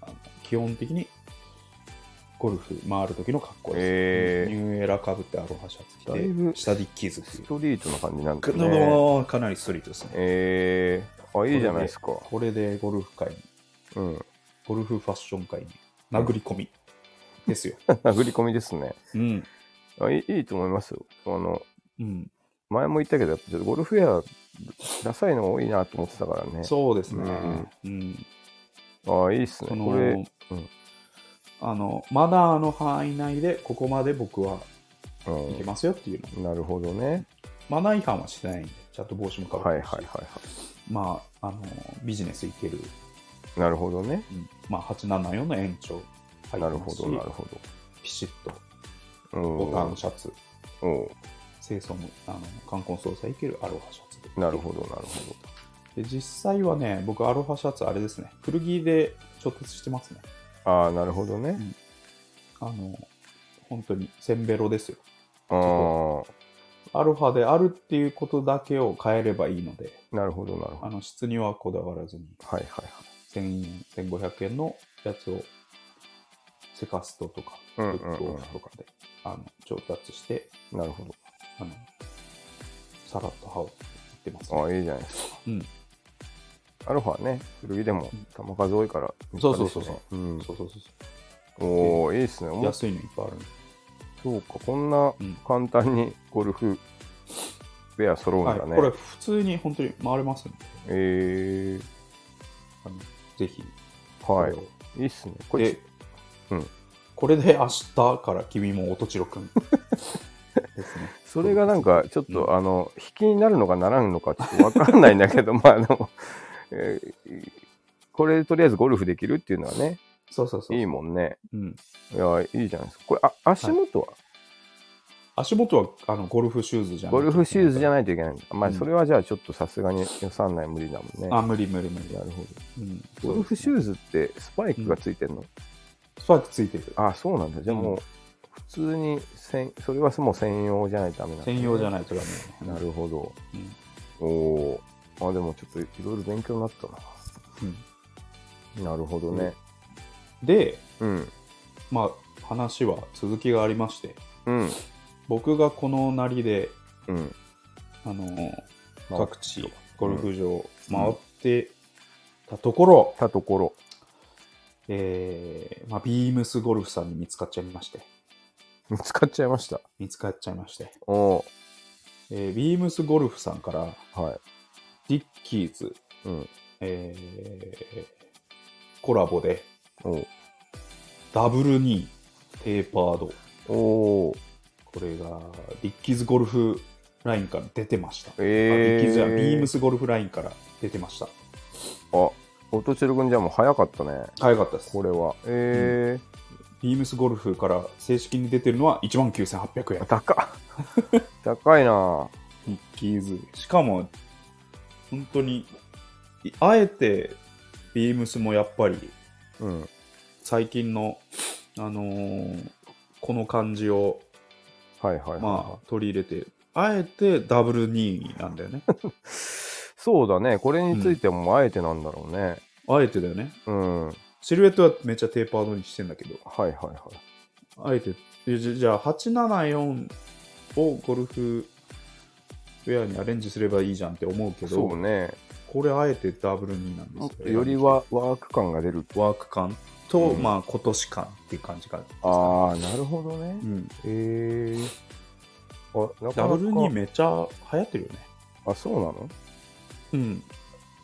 S2: あの基本的にゴルフ回る時の格好です。
S1: へー
S2: ニューエラかぶってアロハシャツ
S1: だいぶ
S2: 着て、下ディッキーズ
S1: ストリートな感じなんだ
S2: く
S1: ね
S2: かなりストリートですね。
S1: えー、あいいじゃないですか
S2: これでゴルフ界に、
S1: うん
S2: ゴルフファッション界に殴り込みですよ。
S1: 殴り込みですね
S2: うん。
S1: あいいいいと思いますよあの
S2: うん。
S1: 前も言ったけどやっぱちょっとゴルフウェアダサいの多いなと思ってたからね
S2: そうですね。
S1: う
S2: うん。
S1: ああいいっすね
S2: そ
S1: これ
S2: の、
S1: うん
S2: あの、マナーの範囲内で、ここまで僕は
S1: うん
S2: いけますよっていうの。
S1: なるほどね。
S2: マナー違反はしてないんで、ちゃんと帽子もかぶ
S1: はい
S2: っ
S1: は
S2: て
S1: い
S2: るし
S1: はいは
S2: まあ、あの、ビジネス行ける、
S1: い。なるほどね。
S2: うんまあ、874の延長入ってますし
S1: なるほどなるほ
S2: ピシッと、
S1: ど。うん
S2: ボタン、シャツ、
S1: うん
S2: 清掃も、あの、冠婚葬祭行けるアロハシャツで。
S1: なるほどなるほ
S2: で実際はね、僕、アロハシャツ、あれですね、古着で調達してますね。
S1: ど。ああ、なるほどね。
S2: あの、本当に、せんべろですよ。
S1: ああ、
S2: アロハであるっていうことだけを変えればいいので、
S1: なるほどなるほど。
S2: あの、質にはこだわらずに、
S1: はいはい
S2: 1000円、1500円のやつを、セカストとか、ブ
S1: うんうんうん
S2: ックオフとかで、あの、調達して、
S1: はい。なるほ
S2: あの、さらっと羽織ってます、
S1: ど。あ
S2: ね。
S1: あ、いいじゃないですか。
S2: うん。
S1: アルファね、古着でも球数多いから、
S2: そうそうそうそう
S1: う。うん。
S2: そうそうそう
S1: おおいいっすね。
S2: そう。
S1: もう
S2: 安いのいっぱいあるんで
S1: そうか、こんな
S2: うん
S1: 簡単にゴルフウェア揃うん
S2: はい、
S1: だね。
S2: これ、普通に本当に回れますんで、
S1: え
S2: あのぜひ、
S1: ー、は
S2: これを
S1: い。いいっすね。これ
S2: で、、
S1: うん
S2: これで明日から君も音千代 くんですね。
S1: それがなんかちょっと、あの引きになるのかならんのかちょっとわかんないんだ けどまああの、えーこれでとりあえずゴルフできるっていうのはね
S2: そうそうそう。
S1: いいもんね
S2: うん、
S1: いやいいじゃないですかこれあ足元は、
S2: 足元はあのゴルフシューズじゃな
S1: ゴ
S2: い
S1: ルフシューズじゃ
S2: ない。
S1: ないといけないんだ、まあ
S2: うん
S1: それはじゃあちょっとさすがに予算内無理だもんね
S2: あ、無理無理無理。
S1: なるほ
S2: うん、
S1: どゴルフシ
S2: ー
S1: ューズってスパイクがついてるの、
S2: ズスパイクついてる。
S1: あそうなんだじゃあもう、
S2: うん
S1: 普通にせんそれはもう専用じゃないとダメなんだね
S2: 専用じゃないとダメ
S1: な
S2: だね。
S1: るほど
S2: う
S1: お
S2: ん
S1: おーあでもちょっといろいろ勉強になった
S2: うん
S1: ななるほどね、
S2: で、
S1: うん。
S2: まあ、話は続きがありまして、
S1: うん。
S2: 僕がこのなりで、
S1: うん。
S2: あのー
S1: 回っ
S2: 各地、ゴルフ場回ってたところ、
S1: たところ、
S2: えーまあ、ビームスゴルフさんに見つかっちゃいまして、
S1: 見つかっちゃいました。
S2: 見つかっちゃいまして、
S1: お
S2: えービームスゴルフさんから、
S1: ーは
S2: ディッキーズ、
S1: い。うん。
S2: えーコラボで、
S1: おー
S2: ダブル2テーパード。
S1: おー
S2: これが、ディッキーズゴルフラインから出てました。あディッ
S1: え
S2: キ
S1: ー。
S2: ーズじゃないビームスゴルフラインから出てました。
S1: あ、音千代君じゃもう早かったね。
S2: 早かったです。
S1: これは。え
S2: ビームスゴルフから正式に出てるのは19,800
S1: ー。
S2: 円。
S1: 高っ。高いな
S2: ディッキーズ。しかも、本当に、いあえて、ビームスもやっぱり、
S1: うん。
S2: 最近の、あのーこの感じを、
S1: はいはい、はい。
S2: まあ、取り入れて、あえてダブル2なんだよね。
S1: そうだね。これについてはもうあえてなんだろうね。
S2: あえてだよね。
S1: うん。はい
S2: シルエットはめっちゃテーパードにしてんだけど、
S1: はいはい。
S2: あえて、えじゃじゃあ、874をゴルフウェアにアレンジすればいいじゃんって思うけ
S1: そう
S2: ど、
S1: ね。
S2: これあえてダブル2なんですよ。
S1: よりはワーク感が出る。
S2: ワーク感と、
S1: うん
S2: まあ、今年感っていう感じがある。
S1: ああ、なるほどね。
S2: うん、
S1: えー。あ、なか
S2: ダ
S1: なか
S2: ブル2めっちゃ流行ってるよね。
S1: あ、そうなの
S2: うん、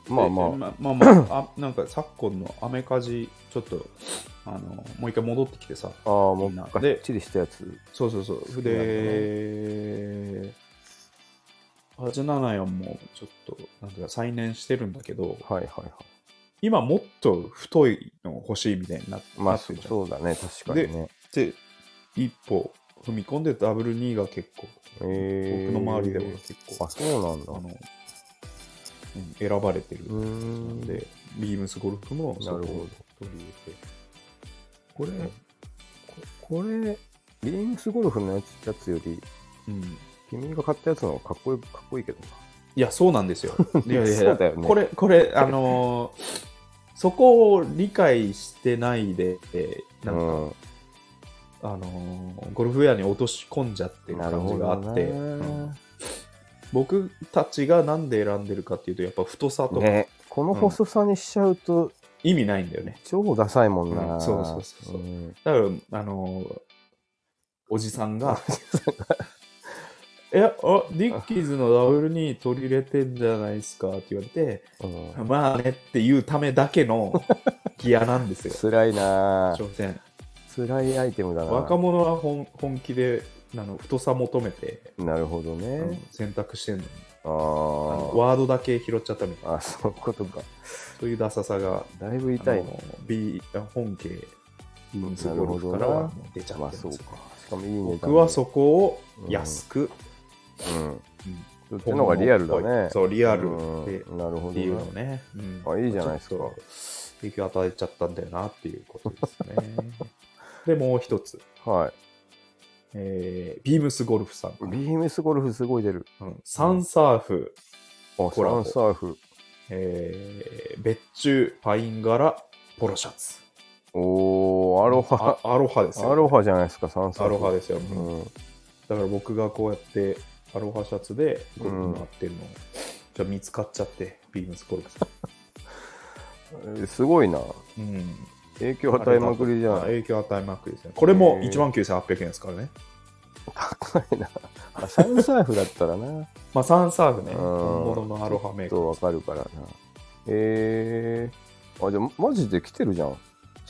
S1: まあ
S2: で
S1: ま
S2: まあまあ、ま あ、あなんか昨今のアメカジ、ちょっと、あの、もう一回戻ってきてさ、
S1: あ。ああ、も
S2: みんな
S1: うがっ
S2: で
S1: ちりしたやつ。
S2: そうそうそう。で、874もちょっと、なんていうか、再燃してるんだけど、
S1: はいはいはい。
S2: 今もっと太いの欲しいみたいになって、
S1: ま
S2: な
S1: あ、
S2: っ
S1: そ
S2: てるじゃんっ
S1: うだね。確かにね。
S2: て、一歩踏み込んでダブル2が結構、
S1: えー、
S2: 僕の周りでも結構
S1: あ、、そうなんだ
S2: あ。の、うん選ばれてる
S1: うーん。
S2: で、ビームスゴルフもそこを
S1: なるほど
S2: 取り入れて。
S1: これ、ここれ、ビームスゴルフのやつやつより、
S2: うん
S1: 君が買ったやつの方がかっこいい、かっこいいけどな。
S2: いや、そうなんです よ。いやいやいや
S1: そうだよね
S2: これ、これ、あのーそこを理解してないで、えーなんか、
S1: うん
S2: あのーゴルフウェアに落とし込んじゃってる
S1: なる
S2: 感じ
S1: ほ
S2: があ
S1: ど
S2: って、
S1: ね
S2: うん僕たちがなんで選んでるかっていうと、やっぱ太さと
S1: ね、この細さにしちゃうと、
S2: 意味ないんだよね。
S1: 超ダサいもんな、
S2: うんそうそうそうそう
S1: うん
S2: だから、あのーおじさんが、 え、あ、ディッキーズのダブルに取り入れてんじゃないですかって言われて、
S1: うん
S2: まあねっていうためだけのギアな んですよ。
S1: 辛いな
S2: 所詮
S1: 辛いアイテムだな
S2: 若者は本本気であの太さ求めて、
S1: なるほど
S2: あの
S1: ね、
S2: 選択してるのにあの
S1: あ
S2: ワードだけ拾っちゃったみたいな
S1: ああそういうことか
S2: そういうダサさが
S1: だいぶ痛い
S2: あ
S1: ね
S2: の B 本家ビームス
S1: なる
S2: ゴル
S1: ほ
S2: フ
S1: ど
S2: か
S1: な
S2: らはもう出ちゃって
S1: ま
S2: ま
S1: あ
S2: す
S1: そうかしかもいいね
S2: 僕はそこを安く、
S1: うん
S2: うん
S1: そっちの方がリアルだね
S2: そうリアルで
S1: うんなるほど
S2: っていうの
S1: ね
S2: ね、うん
S1: あいいじゃないですか
S2: ちょっと影響与えちゃったんだよなっていうことですねでもう一つ、
S1: はい
S2: えービームスゴルフさんから、
S1: ビームスゴルフすごい出る
S2: うんサンサーフ
S1: あ
S2: コ
S1: サ
S2: ラボ
S1: ンサーフ
S2: えー別注パイン柄ポロシャツ。
S1: おーアロハ
S2: あアロハですよ。
S1: アロハじゃないですかサンサー
S2: ア
S1: フ
S2: ロハですよ。
S1: うん
S2: だから僕がこうやってアロハシャツでゴルフ
S1: うん
S2: 回ってるの、じゃあ見つかっちゃって、ビームスコルクさ。
S1: えーすごいなん
S2: うん。
S1: 影響与えまくりじゃ
S2: あ
S1: ん
S2: 影響与えまくりですね。これも
S1: へー
S2: 19,800円ですからね。
S1: 高いなあサンサーフだった らな
S2: まあサンサーフね。
S1: うん
S2: 本物のアロハメイ
S1: ちょっと
S2: ク。
S1: わかるからな。えー、あ、じゃあマジで来てるじゃん。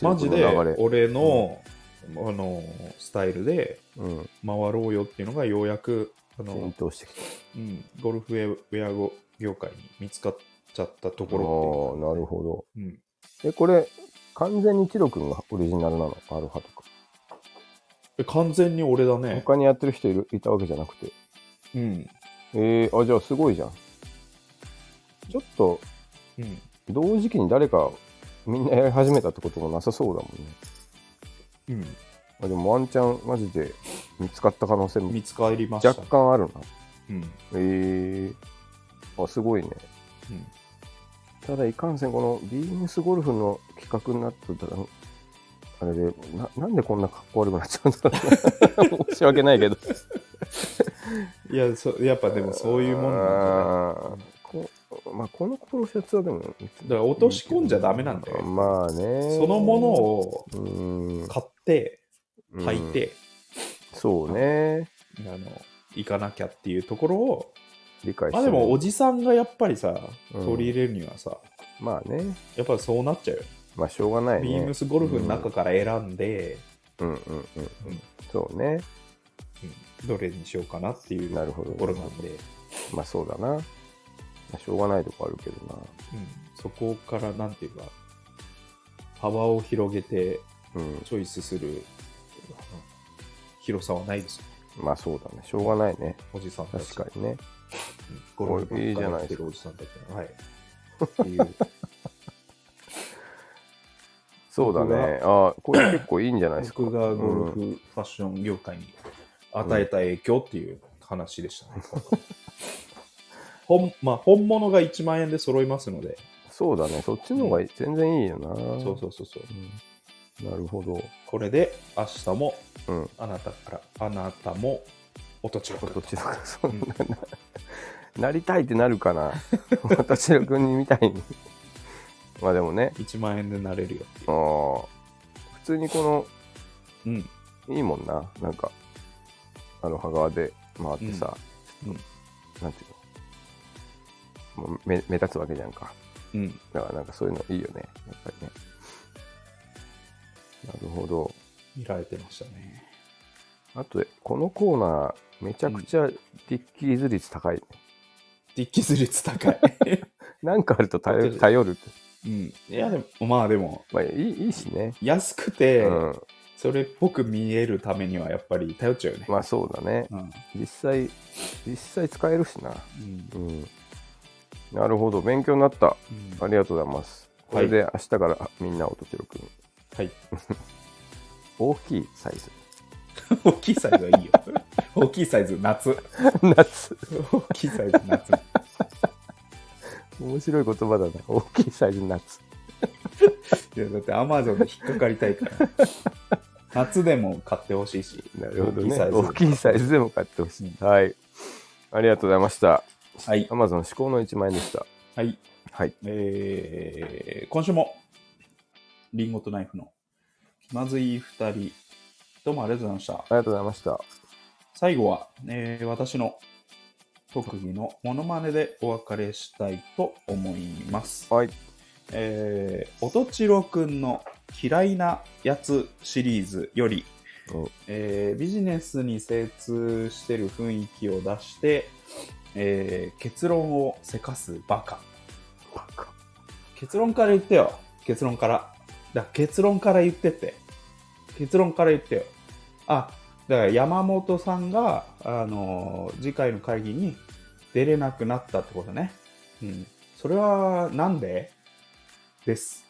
S2: マジで
S1: 中国の流れ。
S2: 俺の、あのスタイルで
S1: うん。
S2: 回ろうよっていうのがようやくあの、
S1: 浸透してきた。
S2: うん、ゴルフウェウェアご業界に見つかっちゃったと
S1: ああ
S2: ころ
S1: ー、なるほ
S2: ってい
S1: ど。え、
S2: うか、
S1: これ、完全に一郎くんがオリジナルなのアルファとか。
S2: うん、完全に俺だね、
S1: 他にやってる人いるいたわけじゃなくて。
S2: うん
S1: えー、あ、じゃあすごいじゃん。ちょっと、
S2: うん、
S1: 同時期に誰か、みんなやり始めたってこともなさそうだもんね。
S2: うん、
S1: あでもワンチャン、マジで見つかった可能性も
S2: 見つかりました、
S1: 若干あるな。
S2: うん
S1: えー、あ、すごいね。
S2: うん、
S1: ただいかんせんこのビームスゴルフの企画になってたらあ れでななんでこんな格好悪くなっちゃうんだろうな申し訳ないけど
S2: いやそやっぱでもそういうもんなんじゃない
S1: あーこまあ、このポロシャツはでも、だか
S2: だから落とし込んじゃダメなんだよ
S1: まあね。
S2: そのものを
S1: のを
S2: 買って履い、て、
S1: そうね。
S2: あの行かなきゃっていうところを
S1: 理解して
S2: まあ
S1: ね。
S2: でもおじさんがやっぱりさ
S1: うん
S2: 取り入れるにはさ、
S1: まあね。
S2: やっぱりそうなっちゃうよ、
S1: まあ、しょうがないね。
S2: ビームスゴルフの中から選んで、
S1: うんうんうんうん。そうね。
S2: うんどれにしようかなっていう
S1: な
S2: と
S1: るほど
S2: ころなんで、うん
S1: まあ、そうだな。まあ、しょうがないとこあるけど
S2: そこからなんていうか幅を広げて
S1: な。うん。
S2: チョイスするあの広さはないですよ
S1: まあ、そうだね。しょうがないね。
S2: おじさんたち
S1: 確かにね。
S2: うんゴルフ
S1: いいじゃ
S2: ば
S1: な
S2: っかり
S1: い
S2: やっ
S1: で
S2: て
S1: すか
S2: るおじさんたち がはいっていう
S1: そうだね。ああ、これ結構いいんじゃないですか。
S2: 僕がゴル
S1: うん
S2: フファッション業界に与えた影響っていう話でしたね。本まあ、本物が1万円で揃いますので、
S1: そうだね。そっちの方が全然いいよな。
S2: そうそうそうそう、
S1: うんなるほど。
S2: これで明日も
S1: うん。
S2: あなたから、あなたもおとちろ
S1: こ
S2: く
S1: とちらくん、そんな、なりたいってなるか な。私の国みたいに。まあでもね、
S2: 1万円でなれるよってい
S1: あー普通にこ
S2: う。うん、
S1: の、いいもんな。なんか、アロハ側で回ってさ、
S2: うんうん
S1: なんていうの、もう目目立つわけじゃんか。
S2: うん、
S1: だからなんかそういうのいいよね。やっぱりね。なるほど。
S2: 見られてましたね。
S1: あと、このコーナー、めちゃくちゃディッキーズ率高いね。
S2: ディッキズ率高い。
S1: なんかあると頼
S2: うん
S1: 頼るって。
S2: うん、いや、でも、まあでも、
S1: まあ、いいいいしね。
S2: 安くて、
S1: うん。
S2: それっぽく見えるためには、やっぱり頼っちゃうよね。
S1: まあそうだね。
S2: うん
S1: 実際、実際使えるしな。
S2: うん
S1: うん。なるほど。勉強になった。
S2: うん
S1: ありがとうございます。これで明日からみんなおとちろくん。
S2: はい。
S1: 大きいサイズ。
S2: 大きいサイズ はいいよ。大きいサイズ、夏。
S1: 夏。
S2: 大きいサイズ、夏。
S1: 面白い言葉だね。大きいサイズ夏。
S2: いやだってアマゾンで引っかかりたい から。夏でも買ってほしいし。
S1: なるほどね。大
S2: 大
S1: き
S2: き
S1: い
S2: い
S1: サ
S2: サ
S1: イ
S2: イ
S1: ズでも買ってほしい。はい。ありがとうございました。
S2: はい。
S1: Amazon 至高の1万円でした。
S2: はい。
S1: はい。
S2: えー今週も、リンゴとナイフの気まずい2人、どうもありがとうございまし
S1: あ
S2: た。
S1: りがとうございました。
S2: 最後は、えー私の特技のモノマネでお別れしたいと思います。
S1: はい。
S2: えー、おとちろくんの嫌いなやつシリーズより、
S1: お
S2: えービジネスに精通してる雰囲気を出して、えー結論をせかすバカ。
S1: バカ。
S2: 結論から言ってよ。結論から。だ結論から言ってって。結論から言ってよ。あ、だから山本さんが、あのー次回の会議に出れなくなったってことね。うん。それは、なんでです。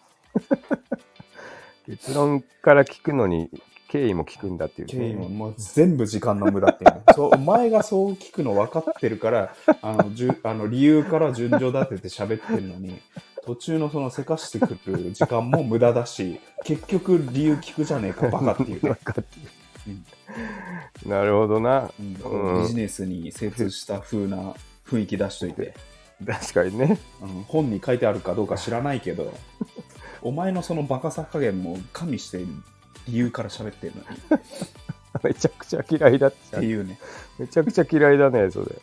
S1: 結論から聞くのに経緯も聞くんだっていう、
S2: 経 緯ももう全部時間の無駄っていうね そうお前がそう聞くの分かってるからあのじゅあの理由から順序立てて喋ってるのに途中のそのせかしてくる時間も無駄だし結局理由聞くじゃねえかバカっていうね、
S1: かっていうなるほどな
S2: うん
S1: うん
S2: ビジネスに精通した風な雰囲気出しといて、
S1: 確かにね
S2: うん本に書いてあるかどうか知らないけどお前のそのバカさ加減も加味して理由から喋ってるのにっ
S1: めちゃくちゃ嫌いだって
S2: ていうね
S1: めちゃくちゃ嫌いだねそれ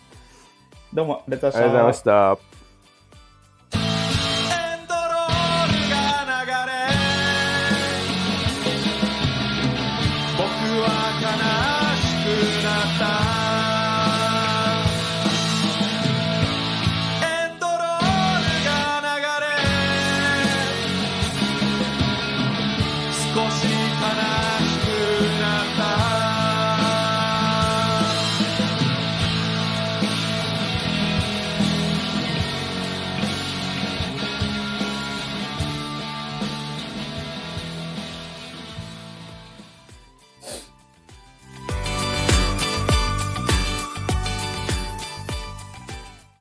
S2: どうもレター
S1: ありがとうございました